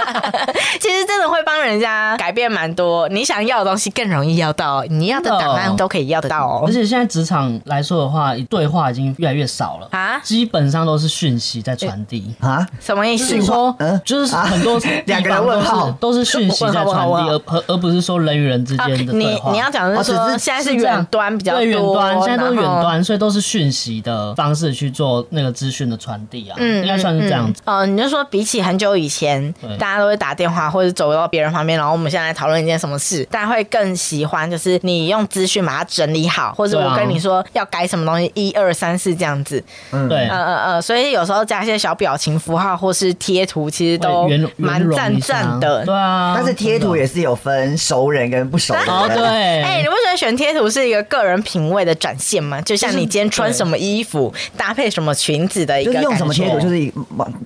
A: 其实真的会帮人家改变蛮多，你想要的东西更容易要到，你要的档案都可以要得到哦
C: 而。且现在职场来说的话，对话已经越来越少了
A: 啊
C: 基本上都是讯息在传递。
B: 啊，
A: 什么意思
C: 是？说
B: 嗯，
C: 就是很多
B: 两个人问号
C: 都是讯息在
A: 问
C: 传
A: 号
C: 递，
A: 问号
C: 而而而不是说人与人之
A: 啊，
C: 间的
A: 你
C: 对话。
A: 你要讲的是
B: 哦只
A: 说
B: 是
A: 现在
C: 是
A: 是
C: 这样
A: 远端比较多，
C: 对远端，现在都是远
A: 然后
C: 端，所以都是讯息的方式去做那个资讯的传递啊，
A: 嗯
C: 应该算是这样子。
A: 嗯。哦、你就说比起很久以前
C: 对，
A: 大家都会打电话或者走到别人旁边，然后我们现在来讨论一件什么事，大家会更喜欢就是你用资讯把它整理好，或者
C: 对啊
A: 我跟你说要改什么东西，一二三四这样子。
B: 嗯，
C: 对，
A: 嗯嗯嗯，所以有时候加一些小表情符号或是贴图，其实都
C: 会圆融圆
A: 蛮
C: 融
A: 赞
C: 一下
A: 赞的。
C: 对啊，
B: 但是贴图也
C: 是
B: 是有分熟人跟不熟人
C: 哦，
B: 的。
C: 对，
A: 哎、你不觉得选贴图是一个个人品味的展现吗？就像
C: 就是
A: 你今天穿
C: 对
A: 什么衣服，搭配什么裙子的一
B: 就
A: 个感
B: 是用什么贴
A: 觉
B: 图，就是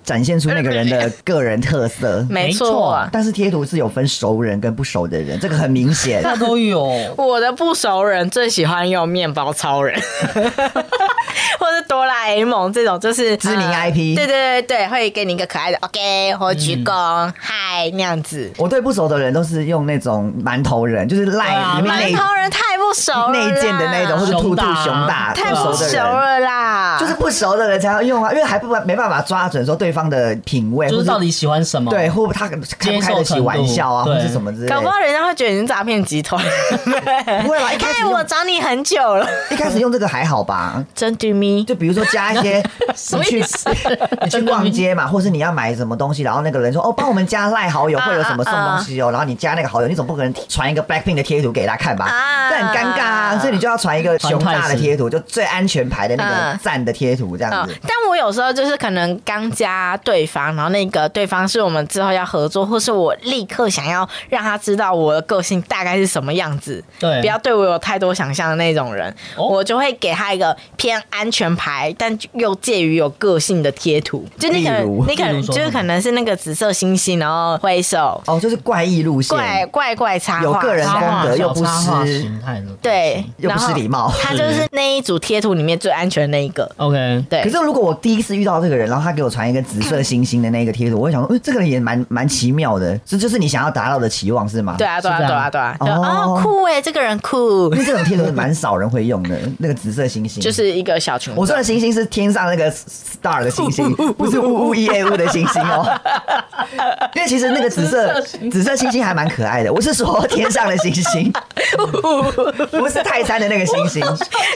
B: 展现出那个人 的个人特色。
A: 没
C: 没
A: 错
C: 错
A: 啊。
B: 但是贴图是有分熟人跟不熟的人，这个很明 显。
C: 大家都有，
B: 哎
A: 我的不熟人最喜欢用面包超人， 或是哆啦 A 梦这种，就是
B: 知名
A: 呃
B: IP
A: 对对对对，会给你一个可爱的 OK 或鞠躬、
B: 嗯
A: 嗨那样子。
B: 我对不熟的人都是用那种馒头人，就是
C: 对啊
B: 赖里面
A: 馒
B: 内
A: 头人太不熟了啦，
B: 内建的那一种，或者兔
C: 熊
B: 兔
C: 大啊
B: 熊大，
A: 太
B: 不
A: 不
B: 熟的
A: 熟
B: 人。
A: 了啦，
B: 就是不熟的人才要用啊，因为还不没办法抓准说对方的品味，
C: 就
B: 或
C: 是
B: 是
C: 到底喜欢什么？
B: 对，或他开不开得起玩笑啊，
C: 接
B: 或是
C: 受程度
B: 什么之类
A: 搞不
B: 的。
A: 好人家会觉得你是诈骗集团。
B: 不会吧？一开始
A: 看 我
B: 用
A: 找你很久了，
B: 一开始用这个还好吧？
A: 真的咪？
B: 就比如说加 一些你去你去逛街嘛，或是你要买什么东西，然后那个人说哦，帮我们加赖好友
A: 啊
B: 会有什么送东西哦，然后你加那个好友，你总不可能传一个 Blackpink 的贴图给他看吧？
A: 啊
B: 这很尴尬啊，所以你就要传一个
C: 传
B: 熊大
C: 泰
B: 的
C: 式
B: 贴图，就最安全牌的那个
A: 啊
B: 赞的贴图这样
A: 嗯
B: 子。，
A: 但我有时候就是可能刚加对方，然后那个对方是我们之后要合作，或是我立刻想要让他知道我的个性大概是什么样子，
C: 对
A: 不要对我有太多想象的那种人，
C: 哦
A: 我就会给他一个偏安全牌，但又介于有个性的贴图，就你可
B: 例如
A: 能你可
C: 例
A: 能
C: 如说
A: 就是可能是那个紫色星星，然后挥手，
B: 哦，就是怪异路线，
A: 怪怪怪插画，
B: 有个人
A: 然后
B: 风格又不
C: 小插画
B: 失
C: 形态的东西，
A: 对，
B: 又不
A: 然
B: 失
A: 后
B: 礼貌。
A: 他 就是那一组贴图里面最安全的那一个，
C: ，OK，
A: 对
B: 可。是如果我第一次遇到这个人，然后他给我传一个紫色星星的那个贴图，我会想说，嗯，这个人也蛮蛮奇妙的，这就是你想要达到的期望是吗？
A: 对。啊，对啊，
C: 是
A: 对
C: 这
A: 啊，
C: 样
A: 对啊，
B: 哦
A: 就哦酷哎，这个人酷
B: 因，为这种贴图是蛮少人会用的，那个紫色星星
A: 就是一个小群。
B: 我说的星星是天上那个 star 的星 星，不是呜呜 E A 呜的星星哦。因为其实那个紫色紫色星星还蛮可爱的，我是说天上的星星， 不是泰山的那个 星星。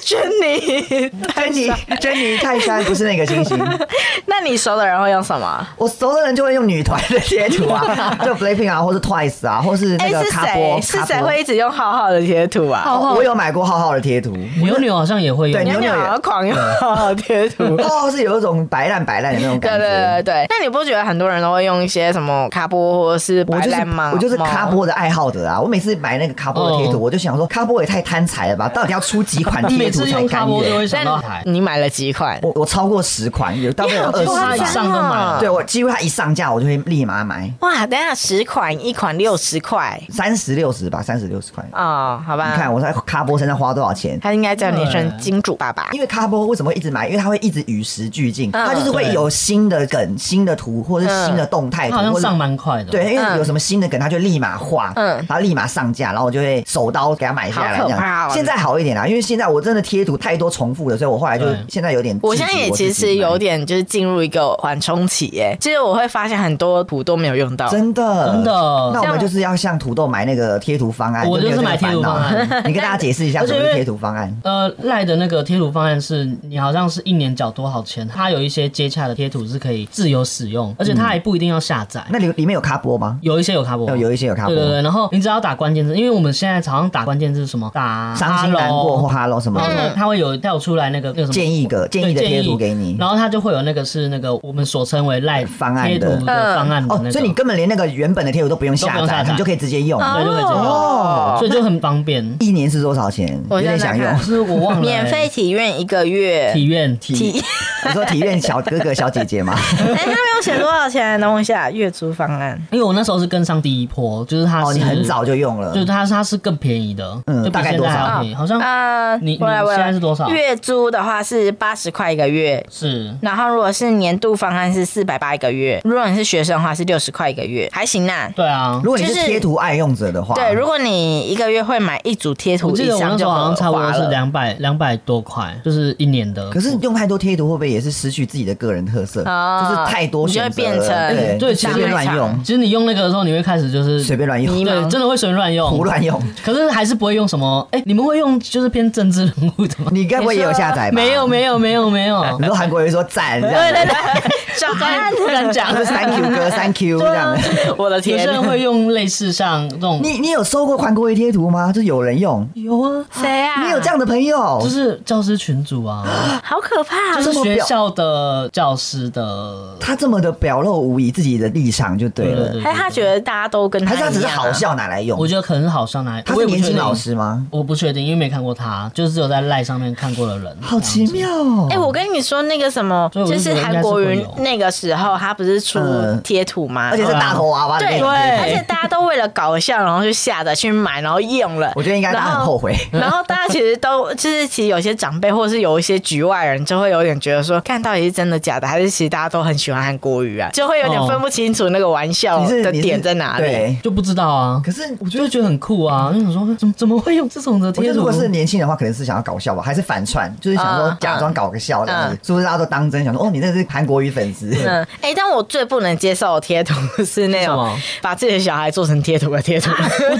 A: 珍妮，
B: 珍妮珍妮泰山不是那个星星，
A: 那你熟的人会用什么？
B: 我熟的人就会用女团的贴图 啊，就 Blackpink 啊，或是 Twice 啊，或是那
A: 哎，
B: 个
A: 是
B: 卡波
A: 谁？是谁
B: 卡波
A: 会一直用浩浩的贴图啊？
C: 浩浩
B: 我有买过浩浩的贴图，
C: 牛牛好像也会有
B: 对
A: 你
B: 牛
A: 有没有
B: 牛也
A: 好像狂用浩浩贴 图？
B: 浩浩是有一种摆烂摆烂的那种
A: 对
B: 感
A: 对对
B: 觉。
A: 对，那你不觉得很多人都会用一些什么卡波或者是
B: 我
A: 白
B: 就是
A: 烂吗？
B: 我就是卡
A: 吗，
B: 波的爱好者啊！我每次买那个卡波的贴图，
C: 嗯
B: 我就想说，卡波也太贪财了吧？到底要出几款
C: 你
B: 贴
C: 每
B: 图
C: 次
B: 才
C: 用卡
B: 甘
C: 波就会
B: 愿？
C: 想到海
A: 但，你买了几款？
B: 我我超过十款，有到有
A: 好
B: 二
A: 夸张啊
C: 他
B: 十
C: 以
B: 款。
C: 上都买了，
B: 对我几乎它一上架，我就会立马买
A: 哇，等一下十款，一款六十块
B: 三十六十吧，三十六十块。
A: 哦，好吧。
B: 你看我在卡波身上花多少钱？
A: 他应该叫你一声
C: 对
A: 金主爸爸。
B: 因为卡波为什么会一直买？因为它会一直与时俱进，
A: 嗯
B: 它就是会有新的梗、新的图或是新的动态出
C: 好像
B: 或者
C: 上蛮快的，，
B: 哎对，因为
A: 嗯
B: 有什么新的梗，他就立马画，
A: 嗯
B: 然后立马上架，然后我就会手刀给他买下来
A: 好
B: 这
A: 可怕哦
B: 样。现在好一点啦，因为现在我真的贴图太多重复了，所以我后来就
C: 对
B: 现在有点制止
A: 我
B: 自己
A: 现
B: 买。
A: 在也其实有点就是进入一个缓冲期耶，就是我会发现很多图都没有用到，
B: 真的
C: 真的
B: 那我们就是要向土豆买那个贴图方案，
C: 我
B: 就
C: 就是买贴图方案
B: 没有这个烦恼你跟大家解释一下
C: 而
B: 什么
C: 且因为
B: 是贴图方案。
C: 呃，赖的那个贴图方案是你好像是一年缴多少钱，它有一些接洽的贴图是可以自由使用，而且
B: 嗯
C: 它还不一定要下载。
B: 那里里面有卡波吗？
C: 有一些有卡波，
B: 有有一些有卡波
C: 对对对，然后你只要打关键字，因为我们现在好像打关键字是什么，打
B: 伤心
C: hello
B: 难过或 hello 什么
C: 然后呢，
A: 嗯
C: 它会有跳出来那个那个什么
B: 建议个建议的
C: 对
B: 贴图给你。呃
C: 然后它就会有那个是那个我们所称为赖
B: 方案
C: 贴
B: 的
C: 图
A: 嗯
C: 的方案的
B: 哦
C: 那，
B: 所以你
C: 种，
B: 根本连那个原本的贴图都不用下
C: 都不用
B: 载
C: 下，载啊
B: 你就可以直接用。
C: 对，就可以这样，
B: 哦
A: 哦，
C: 所以就很方便。
B: 一年是多少钱？有
A: 我
B: 点
A: 现在
B: 想
A: 看
B: 用。
C: 是我忘了欸
A: 免费体验一个月，
C: 体验
B: 体，你说体验小哥哥小姐姐吗？
A: 哎、他没有写多少钱，等我一下，啊月租方案。
C: 因为我那时候是跟上第一波，就是它是
B: 哦，你很早就用了
C: 就，是它它是更便宜的，
B: 嗯
C: 就比
B: 大概
C: 现
B: 多
C: 在还
B: 少
C: 要便宜，好像
A: 呃，
C: 哦你
A: 我来
C: 你
A: 我来
C: 现在是多少
A: 月租的话是八十块一个月，
C: 是
A: 然后如果是年度方案是四百八一个月，如果你是学生的话是六十块一个月，还行啦、
C: 对啊
B: 如。果你是
A: 就是
B: 贴图爱用者的话，
A: 对，如果你一个月会买一组贴
C: 我
A: 图
C: 记得
A: 以
C: 我那
A: 上
C: 时
A: 就
C: 候好像
A: 很
C: 差不
A: 划
C: 多是
A: 了。
C: 两百两百多块，就是一年的。
B: 可是用太多贴图会不会也是失去自己的个人特色？
A: 哦
B: 就是太多选择了，
A: 你就会变成
B: 对，
C: 对
B: 随便乱用，
C: 其实你用那个的时候，你会开始就是
B: 随便乱
A: 迷
B: 用，
A: 茫
C: 对，真的会随便乱用，
B: 胡乱用。
C: 可是还是不会用什么？哎、你们会用就是偏政治人 物的吗？
B: 你该不会也有下载吧？
C: 没有，。没有，没有，没有
B: 你，说韩国人说赞这
A: 对
B: 样
A: 对
B: 子，
A: 对，上 班
C: 不敢讲。
B: 就是 Thank you 哥，Thank you 这样子。
A: 我的
C: 有些
A: 天，
C: 人会用类似像这种，
B: 你你有收过韩国瑜贴图吗？就是有人用，
C: 有啊，
A: 谁啊？
B: 你有这样的朋友
C: 就？是教师群组 啊，
A: 好可怕、
C: 就
A: 啊！
C: 是学校的教师的，
B: 他这么的表露无遗自己的立场就对了，
A: 嗯还是他觉得大家都跟他
B: 嗯还
A: 一样、啊，
B: 是他只是好笑拿来用
C: 我？觉得可能是好像哪，
B: 他
C: 我
B: 是
C: 也不
B: 年
C: 确
B: 轻
C: 定
B: 老，师吗？
C: 我不确定，因为没看过他，就是只有在赖上面看过的人，
B: 好奇妙哦！
A: 哎、我跟你说那个什么，
C: 所以我
A: 就
C: 就觉
A: 是
C: 得应该
A: 韩
C: 是
A: 国
C: 会
A: 瑜
C: 有
A: 那个时候，他不是出
B: 嗯
A: 贴图吗？
B: 而且是大头娃娃的那
A: 对，
B: 种贴图
A: 而且大家都为了搞笑，然后去下载去买，然后用了。
B: 我觉得应该
A: 然
B: 他
A: 后
B: 很后悔。
A: 然后大家其实都就是，其实有些长辈或是有一些局外人，就会有点觉得说，看到底是真的假的，还是其实大家都很喜欢韩国语啊，就会有点分不清楚那个玩笑
B: 哦你是
A: 的
B: 你是
A: 点在哪里。
B: 对，
C: 就不知道啊。
B: 可是
C: 我就觉得很酷啊，就想说怎么怎么会用这种
B: 嗯
C: 的
B: 我觉
C: 贴
B: 得
C: 图？
B: 如果是年轻人的话，可能是想要搞笑吧，还是反串，就是想说
A: 嗯
B: 假装搞个笑这样子
A: 嗯，
B: 是不是大家都当真想说哦，你那是韩国语粉丝？
A: 嗯，哎、但我最不能接受的贴图是那
C: 什
A: 种
C: 么
A: 把自己的小孩做成贴图的贴图，
B: 你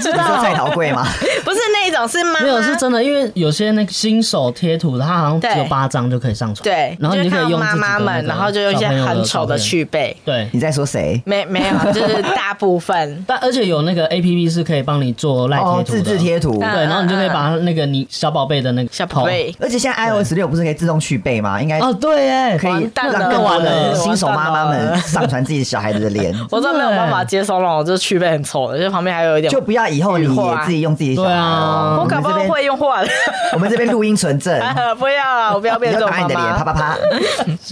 B: 说蔡桃贵吗？
C: 嗯
A: 不是那一种，是妈妈
C: 没有是真的，因为有些那个新手贴图，它好像只有
A: 对
C: 八张就可以上传，
A: 对，
C: 然后你
A: 就
C: 就可
A: 看到
C: 以用
A: 妈
C: 自己的
A: 妈
C: 那
A: 们，
C: 个
A: 然后就用一些
C: 小朋友
A: 很丑的
C: 照片，
A: 去背，
C: 对。。
B: 你在说谁？
A: 没没有，就是大部分
C: 但而且有那个 A P P 是可以帮你做赖贴图的
B: 哦，自制，贴图。
A: 嗯
C: 对，然后你就可以把那个你小宝贝的那个
A: 小
C: 头
A: 宝贝，
B: 而且现在 iOS 六不是可以自动去背吗？应该
C: 哦，对耶，
B: 可以
A: 完蛋了
B: 让更多
C: 完
B: 的
C: 了
B: 新手妈妈
A: 完蛋
B: 们
A: 了
B: 上传自己小孩子的脸，
A: 我真的没有办法接受那种就是去背很丑的，就旁边还有一点
B: 就不要以后你
A: 语
B: 也
A: 化
B: 自己用自己小孩哦。
C: 对啊
A: 我搞
B: 们
A: 不
B: 这
A: 好
B: 边
A: 会用画 的，
B: 我们这边录音 存证，
A: 不要啊，我不要变
B: 你
A: 这
B: 要
A: 种
B: 打
A: 妈
B: 你的脸，啪
A: 妈。
B: 啪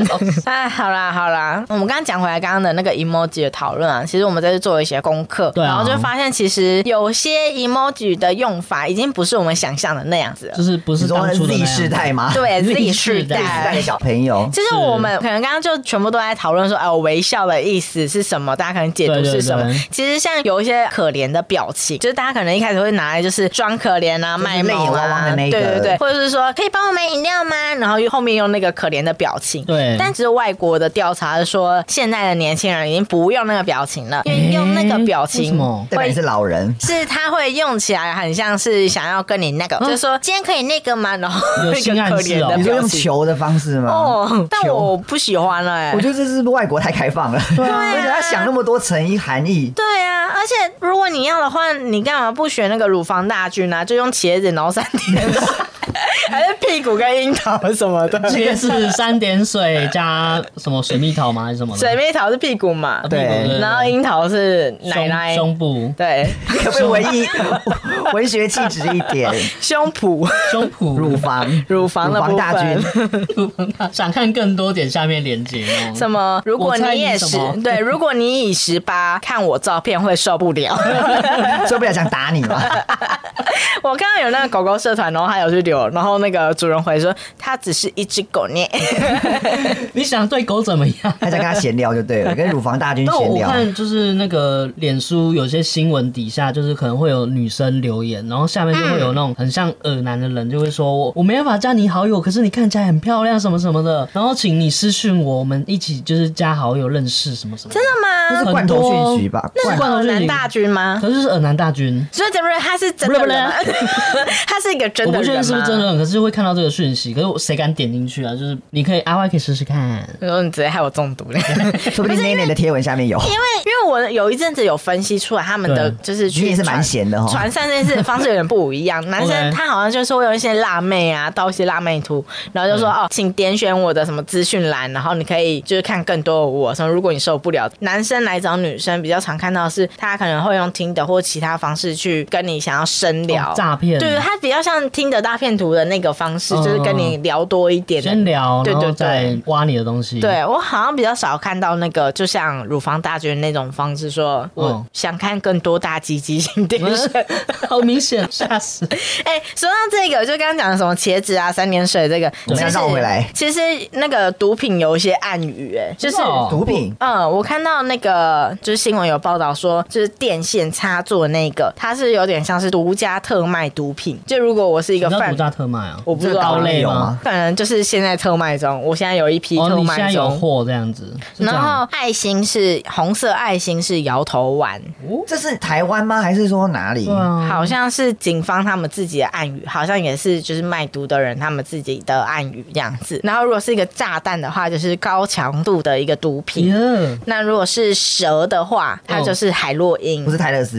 B: 啪。
A: 哎，好啦好啦，我们刚刚讲回来刚刚的那个 emoji 的讨论啊，其实我们在这做一些功课，
C: 对啊
A: 然后就发现其实有些 emoji 的用法已经不是我们想象的那样子了
C: 就，是不
B: 你
C: 是
B: 说
C: 当初的那
B: Z
C: 样
B: 世代吗？
A: 对
C: Z
A: Z
C: 世
A: 世
C: 代
B: 世代
A: 代
B: 的。小朋 友。
A: 就是我们可能刚刚就全部都在讨论说，哎，我微笑的意思是什么？大家可能解读是什么？
C: 对对对
A: 其实像有一些可怜的表情，就是大家可能一开始会拿来就是装可怜啊、卖
B: 泪眼
A: 萌
B: 汪汪
A: 啊，
B: 的那
A: 对
B: 个
A: 对对，或者是说可以帮我买饮料吗？然后又后面用那个可怜的表情。
C: 对
A: 但其实外国的调查是说，现在的年轻人已经不用那个表情了，因哎为用那个表
C: 诶为
A: 情
C: 什么
B: 代表你是老人，
A: 是他会用起来很像是想要跟你那个，就是说今天可以那个吗？然后
C: 啊有
A: 那个
C: 性
A: 可
C: 暗示
A: 怜
C: 哦
A: 的
B: 你说
A: 表
B: 用
A: 情。
B: 球的方式
C: 啊
B: 吗？
A: 哦，但
B: 球
A: 我不喜欢了、哎，
B: 我觉得这是外国太开 放了，对 啊，而且他想那么多成意含义，
A: 对啊，而且如果你要的话，你干嘛不选那个乳房大军啊？就用茄子挠三天， 还是屁股跟樱桃什么 的？
C: 茄子三点水加什么水蜜桃吗？还是什么的？
A: 水蜜桃是屁股嘛，
C: 啊屁股
B: 对
A: 然后樱桃是奶奶，
C: 胸胸部
A: 对，
B: 可不可以文艺 文学气质一 点？
A: 胸 脯、
C: 胸脯
B: 乳房，
A: 乳房的
B: 乳
A: 部
B: 房
A: 分
B: 大军，
C: 想看更多点下面连接 哦。
A: 什么？如果
C: 我猜
A: 你
C: 你
A: 也
C: 什
A: 是
C: 么
A: 对，如果你 以十八看我照片会受不了。
B: 受不了想打你吗？
A: 我看到有那个狗狗社团，然后他有去留，然后那个主人回说他只是一只狗 呢。
C: 你想对狗怎么样？
B: 还想跟他闲聊就对了，跟乳 房大军
C: 那
B: 闲
C: 我
B: 聊。
C: 看就是那个脸书有些新闻底下，就是可能会有女生留言，然后下面就会有那种很像耳男的人，就会说我我没办法加你好友，可是你看起来很漂亮什么什么的，然后请你私讯我，我们一起就是加好友认识什么什么的。
A: 真的
B: 那
A: 吗？
B: 是罐头讯息吧？
C: 那
B: 罐
C: 是罐头
A: 是
C: 讯
A: 男
C: 息
A: 大军吗？
C: 可是是耳男大军。
A: 所以这不是他是真的人吗， 他是一个真
C: 我
A: 的
C: 不确
A: 人吗？
C: 定是不是真的，可是会看到这个讯息，可是我谁敢点进去啊？就是你可以阿 Y 可以试试看，
A: 你说你直接害我中毒了，因为
B: 说不定 Nene 的贴文下面有。
A: 因为我有一阵子有分析出来他们的
C: 对
A: 就是去
B: 你也是蛮
A: 传
B: 闲的哦
A: 传散这件事的方式有点不一 样。男
C: OK
A: 生他好像就是会用一些辣妹啊，到一些辣妹图，然后就
C: 嗯
A: 说、哦，请点选我的什么资讯栏，然后你可以就是看更多的我什么。如果你受不了，男生来找女生比较常看到的是他可能会用听的或其他方式去跟你想要深聊
C: 哦诈骗
A: 对他比较像听的大骗图的那个方式，就是跟你聊多一点的
C: 先聊，
A: 对
C: 然后
A: 对
C: 再
A: 对。
C: 挖你的东西。
A: 对我好像比较少看到那个，就像乳房大军那种方式说，我
C: 嗯
A: 想看更多大鸡鸡，请 点选。
C: 好明显，吓死！
A: 哎、说到这个，就刚刚讲的什么茄子啊、三点水这个，
B: 我们要
A: 其实
B: 绕回来
A: 其实那个毒品有一些暗语、哎，就是。
C: 真的哦
B: 毒品
A: 嗯，我看到那个就是新闻有报道说，就是电线插座那个，它是有点像是独家特卖毒品。就如果我 是一
C: 你
A: 个
C: 知道
A: 贩
C: 毒，大特卖啊？
A: 我不知
B: 这个
A: 道
B: 岛
C: 类
B: 内有
C: 吗
B: 吗？
A: 可能就是现在特卖中，我现在有一批
C: 哦，
A: 特
C: 你现在
A: 卖
C: 有
A: 中。
C: 货这样子，是这
A: 然
C: 样
A: 后爱心是红色爱心是摇头丸，
B: 这是台湾吗？还是说哪里？
C: 对啊，
A: 好像是警方他们自己的暗语，好像也是就是卖毒的人他们自己的暗语这样子。然后如果是一个炸弹的话，就是高强度的一个毒品。
C: 耶，
A: 那如果是蛇的话，它就是海洛因。
B: 不是泰 勒斯？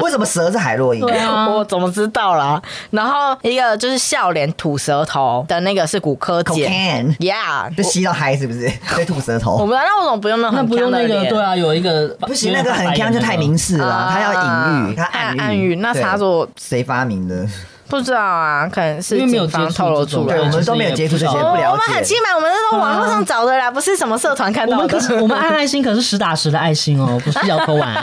B: 为什么蛇是海洛因？
C: 对啊，
A: 我怎么知道啦？然后一个就是笑脸吐舌头的那个是骨科碱
B: cocaine
A: ，Yeah，
B: 就吸到嗨是不是？被吐舌
A: 我
B: 头？
A: 不知道，那我怎么不用那种
C: 那
A: 很
C: 不用
A: 呛的
C: 那个，
A: 脸
C: 对啊，有一个
B: 不行，那个很刚就太明示了啦，
A: 啊
B: 他要隐喻，他暗喻。
A: 暗喻，那
B: 对
A: 插座哦
B: 谁发明的？
A: 不知道啊，可能是
C: 因为没有
A: 警方
C: 接触
A: 透露
C: 这种
A: 出来
B: 对，
C: 对啊
B: 我
C: 其
B: 们
C: 实
B: 都没有
C: 也
B: 接触
C: 不
B: 这些，
C: 知
A: 哦
C: 道
B: 不
A: 我
B: 了
A: 们很
B: 解
A: 清。白，我们那种网络上找的啦，不是什么社团看
C: 我
A: 到
C: 们
A: 的
C: 可。是我们按爱心可是实打实的爱心哦，不是摇头丸，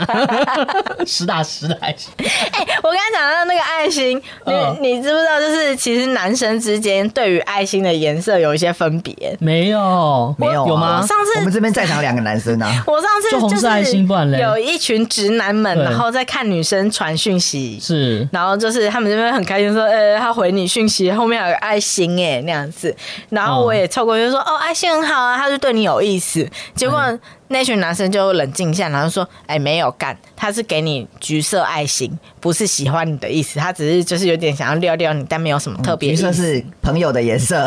C: 实打实的爱心。
A: 哎、我刚刚讲到那个爱心，你、
C: 嗯
A: 你知不知道？就是其实男生之间对于爱心的颜色有一些分别。
C: 没有，
B: 没有啊
C: 有吗
A: 我？上次
B: 我们这边在场两个男生啊，
A: 我上次
C: 就红色
A: 是
C: 爱心不然嘞
A: 有一群直男们，
C: 对
A: 然后在看女生传讯息，
C: 是
A: 然后就是他们这边很开心说，呃、他回你讯息后面还有个爱心哎那样子，然后我也凑过去说，哦，爱心很好啊，他就对你有意思。结果那群男生就冷静一下，然后说，哎、没有干，他是给你橘色爱心，不是喜欢你的意思，他只是就是有点想要撩撩你，但没有什么 特别
B: 哦橘
A: 意思。
B: 色是朋友的颜 色，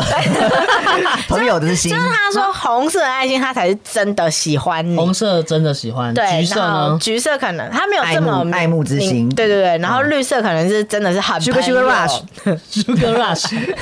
B: 朋友的是心
A: 就。是他说红色的爱心，他才是真的喜欢
B: 嗯
A: 你。
C: 红色真的喜欢，
A: 对，
C: 橘色
A: 然 后
C: 呢？
A: 橘色可能他没有这么
B: 爱慕
A: 明
B: 爱慕之心哦
A: 明对对对。然后绿色可能是真的是很
B: Sugar
A: 朋友
B: Sugar Rush
C: Sugar Rush，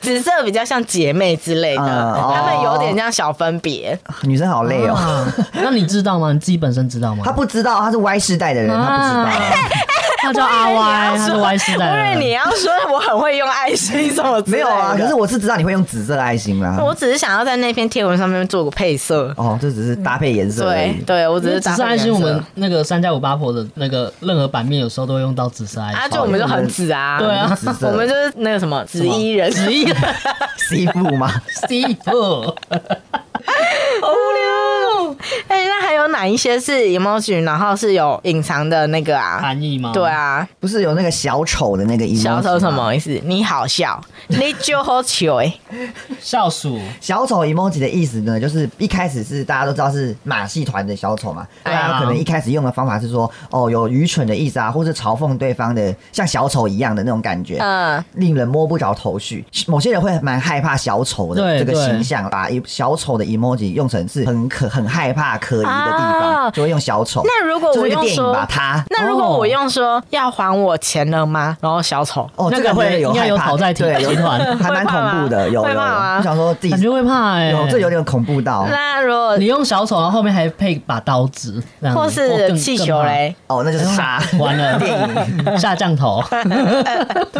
A: 紫色比较像姐妹之类的，
B: 嗯哦
A: 他们有点像小分别。
B: 女生好累哦，
C: 啊那你知道吗？你自己本身知道吗？
B: 他不知道他是 Y 世代的人，他不知
A: 啊
B: 道。啊
C: 他叫阿 Y，他是哎 Y 世代
A: 因
C: 的
A: 为
C: 人。
A: 你要说我很会用爱心什么之
B: 没
A: 类的
B: 有啊，可是我是知道你会用紫色的爱心啦。
A: 我只是想要在那篇贴文上面做个配色。
B: 哦，这只是搭配颜色而
A: 对
B: 已。
A: 对，我只是
C: 紫
A: 打
C: 色
A: 算
C: 爱心，
A: 颜
C: 我
A: 色
C: 们那个三加五八婆的那个任何版面，有时候都会用到紫色爱心。
A: 啊，就我们就很紫啊，
C: 对啊
B: 紫色
A: 我们就是那个什么紫衣人，
C: 紫衣
B: C 部吗？
C: C 不，
A: 哎，那还有哪一些是 emoji，然后是有隐藏的那个啊？
C: 含义吗？
A: 对，啊，
B: 不是有那个小丑的那个 emoji
A: 小丑什
B: 吗？
A: 么意思？你好笑，你就好笑哎，
C: 笑鼠
B: 小丑 emoji 的意思呢，就是一开始是大家都知道是马戏团的小丑嘛，大
A: 哎
B: 家可能一开始用的方法是说，哦，有愚蠢的意思啊，或是嘲讽对方的像小丑一样的那种感觉，
A: 嗯，
B: 令人摸不着头绪。某些人会蛮害怕小丑的
C: 对
B: 这个
C: 对
B: 形象，把一小丑的 emoji 用成是很可很害怕、可疑的地
A: 啊
B: 方，就会用小丑。
A: 那如果
B: 就
A: 我
B: 是一个
A: 用
B: 电影
A: 说
B: 吧，他
A: 那如
C: 哦
A: 果我用说要还我钱了吗？然后小丑，
B: 哦，
C: 那
B: 这个
C: 感觉
B: 会有
C: 应该
B: 害
C: 有
B: 怕
C: 讨债集
B: 对，有
C: 集团
B: 还蛮
A: 会怕吗
B: 恐怖的，有有
A: 会
B: 有，
A: 怕吗
B: 我想说自己
C: 感觉会怕哎，
B: 有这有点恐怖到
A: 那如果
C: 你用小丑，然后后面还配把刀子，这样子
A: 或
C: 哦
A: 是
C: 更
A: 气球嘞？
B: 哦，那就是 杀。
C: 更怕完了 下降 头，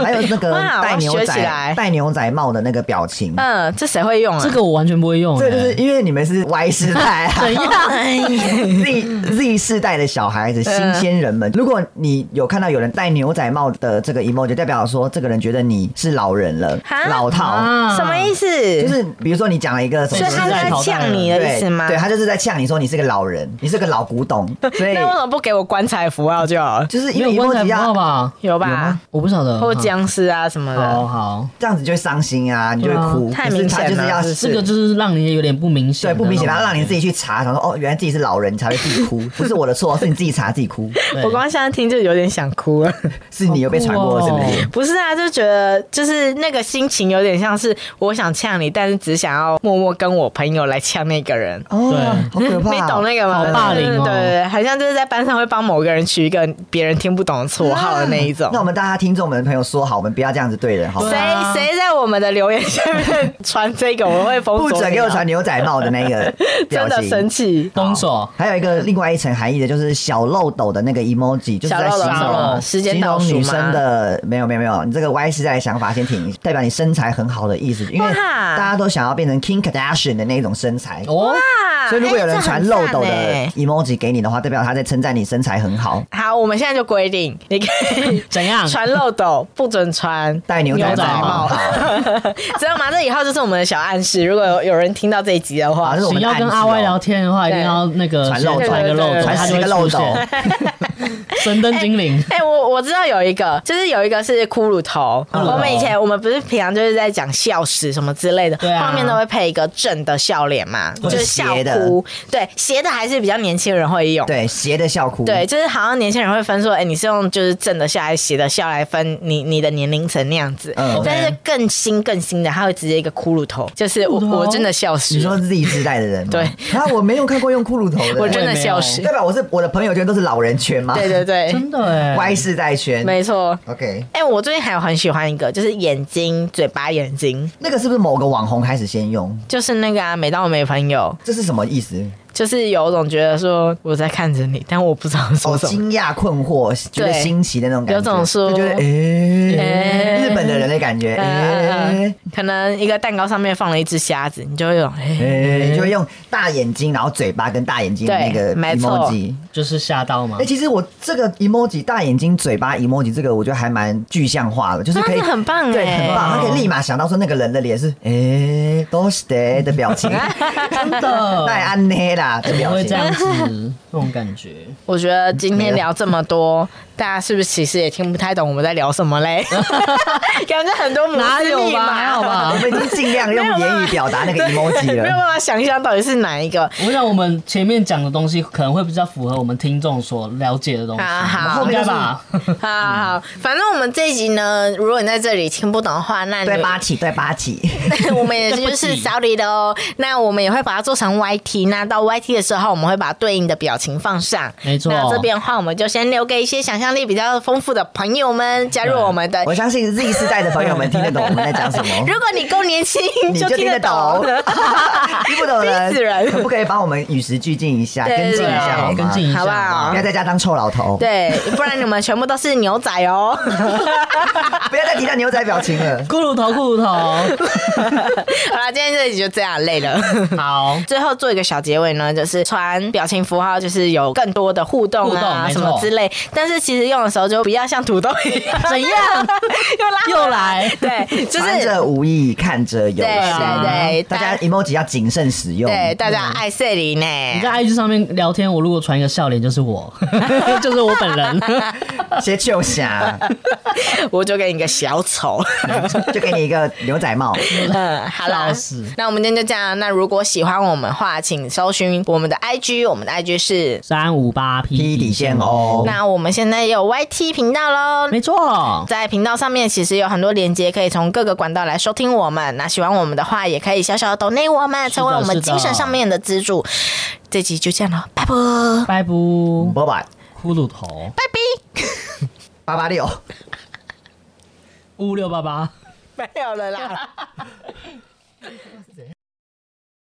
B: 还有那个
A: 哇
B: 戴
A: 我
B: 牛
A: 学起来
B: 仔戴牛仔帽的那个表情，
A: 嗯，这谁会用啊？
C: 这个我完全不会用
B: 这
C: 哎，
B: 就是因为你们是 Y 时代啊，
C: 怎样？
B: Z Z 世代的小孩子、新鲜人们，如果你有看到有人戴牛仔帽的这个 emoji，代表说这个人觉得你是老人了
A: 哈，
B: 老套。
C: 啊
A: 什么意思？
B: 就是比如说你讲了一个什
A: 所
B: 么
A: 以
B: 事
A: 他
B: 情，
A: 是在呛你的意思吗？
B: 对，他就是在呛你说你是个老人，你是个老古董，所以
A: 那为什么不给我棺材符号就好了？
B: 就是
C: 没
B: 因
C: 有
B: 为
C: 棺材
B: emoji
C: 不
B: 要
C: 到吧？
A: 有
B: 有
A: 吧
B: 吗？
C: 我不晓得，
A: 或
C: 哈
A: 僵尸啊什么
C: 好
A: 的。
C: 好，
B: 这样子就会伤心啊，你就会哭，
A: 对啊太
B: 可是
A: 明
B: 他
A: 显
B: 就是
A: 了
B: 要
A: 这
C: 这个就是让你有点不明显
B: 对，
C: 的那
B: 不
C: 种感
B: 明
C: 觉，
B: 显，他让你自己去查，想说哦，原来自己是老人，你才会自己哭，不是我的错，是你自己 查自己哭，
C: 对。
A: 我光现在听就有点想哭了。
B: 是你有被传播，是不
C: 好酷
B: 是
C: 哦？
A: 不是啊，就觉得就是那个心情有点像是我想呛你，但是只想要默默跟我朋友来呛那个人。
B: 哦，好可怕，
A: 你懂那个吗？
C: 好霸凌哦
A: 对对对，好像就是在班上会帮某个人取一个别人听不懂的绰号的那一种
B: 啊那。我们大家听众们朋友说好，我们不要这样子对人，好不
A: 谁
B: 好？
C: 啊
A: 谁在我们的留言下面传这个，我会封
B: 不
A: 锁。
B: 准给我 传，牛仔帽的那个表
A: 真的生
B: 情。
A: 气。
C: 封锁，
B: 还有一个另外一层含义的，就是小漏斗的那个 emoji，就是
A: 小
B: 在
A: 漏斗
B: 形容
A: 什么时间
B: 形
A: 倒
B: 容
A: 数
B: 女
A: 吗
B: 生的没有没有没有，你这个 Y 世代的想法先停，代表你身材很好的意思，因为
A: 哇
B: 大家都想要变成 Kim Kardashian 的那种身材。
C: 哦，
A: 啊
B: 所以如果有人
A: 哎这
B: 传
A: 很
B: 漏斗
A: 赞
B: 的
A: 欸
B: emoji 给你的话，代表他在称赞你身材很好。
A: 好，我们现在就规定，你可以
C: 怎样？
A: 传漏斗，不准传
B: 戴牛
A: 牛
B: 仔
A: 仔 帽，
B: 帽，
A: 知道吗？这以后就是我们的小暗示。如果有有人听到这一集的话
B: 好这，是我
C: 你
B: 们
C: 要
B: 的
C: 跟
B: 暗示
C: 阿
B: 哦
C: Y 聊天的话，一定要那个
B: 传
C: 先
B: 漏斗
C: 传一个漏斗，
A: 传
C: 他
B: 十
C: 就会
B: 个漏
C: 出现 神灯精灵，
A: 哎、我我知道有一个，就是有一个是骷髅头。
C: 骷髅头
A: 我们以前我们不是平常就是在讲笑死什么之类的，
C: 对啊
A: 后面都会配一个正的笑脸嘛，
B: 或
A: 就
B: 者
A: 是笑
B: 斜的
A: 哭。对，斜的还是比较年轻人会用。
B: 对，斜的笑哭，
A: 对，就是好像年轻人会分说，哎、你是用就是正的笑还是斜的笑来分你你的年龄层那样子。
B: 嗯
A: 但是更新更新的，他会直接一个骷髅头，就是我
C: 骷髅头
A: 我真的笑死
B: 你说
A: 了，
B: Z 世代的人吗，
A: 对
B: 啊，我没有看过用骷髅头的，
A: 我真的
C: 没有
A: 笑死
B: 代。表我是我的朋友圈都是老人圈吗？
A: 对对对，
C: 真的哎，
B: ，Y 世代圈
A: 没错。
B: ，OK，
A: 哎、我最近还有很喜欢一个，就是眼睛、嘴巴、眼睛，
B: 那个是不是某个网红开始先用？
A: 就是那个啊，每当我没朋友，
B: 这是什么意思？
A: 就是有种觉得说我在看着你，但我不知道
B: 哦，
A: 说什么。
B: 惊讶、困惑，觉得新奇的那种感觉，
A: 有种说
B: 就觉得诶，
A: 诶
B: 日本的人的感觉，
A: 嗯嗯
B: 诶
C: 哎
A: 嗯，可能一个蛋糕上面放了一只虾子，你就会有种哎、
B: 诶，就会用大眼睛，然后嘴巴跟大眼睛的那个
A: 对没错
B: emoji。
C: 就是吓到吗
B: 哎、？其实我这个 emoji 大眼睛、嘴巴 emoji 这个，我觉得还蛮具象化的，就是可以、
A: 啊这很棒
B: 对，
A: 哎
B: 很棒，他可以立马想到说那个人的脸是哎都是的的 表情，真
C: 的
B: 那安内啦的
C: 也
B: 表
C: 会这
B: 情。
C: 样子，那种感觉。
A: 我觉得今
C: 哎
A: 天聊这么多，大家是不是其实也听不太懂我们在聊什么 嘞？感觉很多摩斯
C: 哪有吧
A: 密码
C: 还好吧
B: 我们已经尽量用言语表达那个 emoji
A: 没有
B: 了。
A: 办法想象到底是哪一个。
C: 我想我们前面讲的东西可能会比较符合我们听众所了解的东西，
A: 啊好
C: 应该吧？
A: 好好好，反正我们这一集呢，如果你在这里听不懂的话，那你
B: 对八起，对八起，
A: 我们也是就
C: 对
A: 是
C: 不起
A: sorry 的哦。那我们也会把它做成 YT，那到 YT 的时候，我们会把对应的表情放上。
C: 没错
A: 那这边的话，我们就先留给一些想象力比较丰富的朋友们加入我们的
B: 我。相信 Z 世代的朋友们听得懂我们在讲什 么。
A: 如果你够年轻，
B: 你
A: 就
B: 就
A: 听
B: 听
A: 得
B: 得
A: 懂
B: 懂。听不懂
A: 逼死人
B: 人，可不可以帮我们与时俱进一下，
A: 对
B: 跟进一下好
A: 对
B: 吗？
C: 啊跟进一下，
A: 好不好
B: 不要在家当臭老头，
A: 对，不然你们全部都是牛仔哦。
B: 不要再提到牛仔表情了。
C: 骷髅头，骷 髅
A: 好啦，今天这集就这样，累了。
C: 头，好，
A: 最后做一个小结尾呢，就是传表情符号，就是有更多的互动
C: 互动
A: 啊
C: 没错
A: 什么之类。但是其实用的时候就不要像土豆一样，
C: 怎样？
A: 又拉
C: 又来，
A: 对，就
B: 穿
A: 是
B: 着无意，看着有
A: 对
B: 心。
A: 对对，
B: 大家 emoji 要谨慎使用。
A: 对大家爱睡林呢。
C: 嗯你在 IG 上面聊天，我如果传一个笑脸，就是我， 就是我本人。
B: 些旧 侠
A: 我就给你个小 丑。
B: 就给你一个牛仔 帽。
A: 嗯，好啦
C: 笑死，
A: 那我们今天就这样。那如果喜欢我们的话，请搜寻我们的 IG，我们的 IG 是。
C: 三五八 P
B: P 底线哦
A: 那我们现在也有 YT 频道喽，
C: 没错，
A: 在频道上面其实有很多连接，可以从各个管道来收听我们。那喜欢我们的话，也可以小小的 d o 我们，成为我们精神上面的支柱。这集就这样了，拜拜。
C: 拜不，
B: 拜拜，
C: 骷髅头，
B: 八八六。
C: 五六八八。
A: 没有了啦。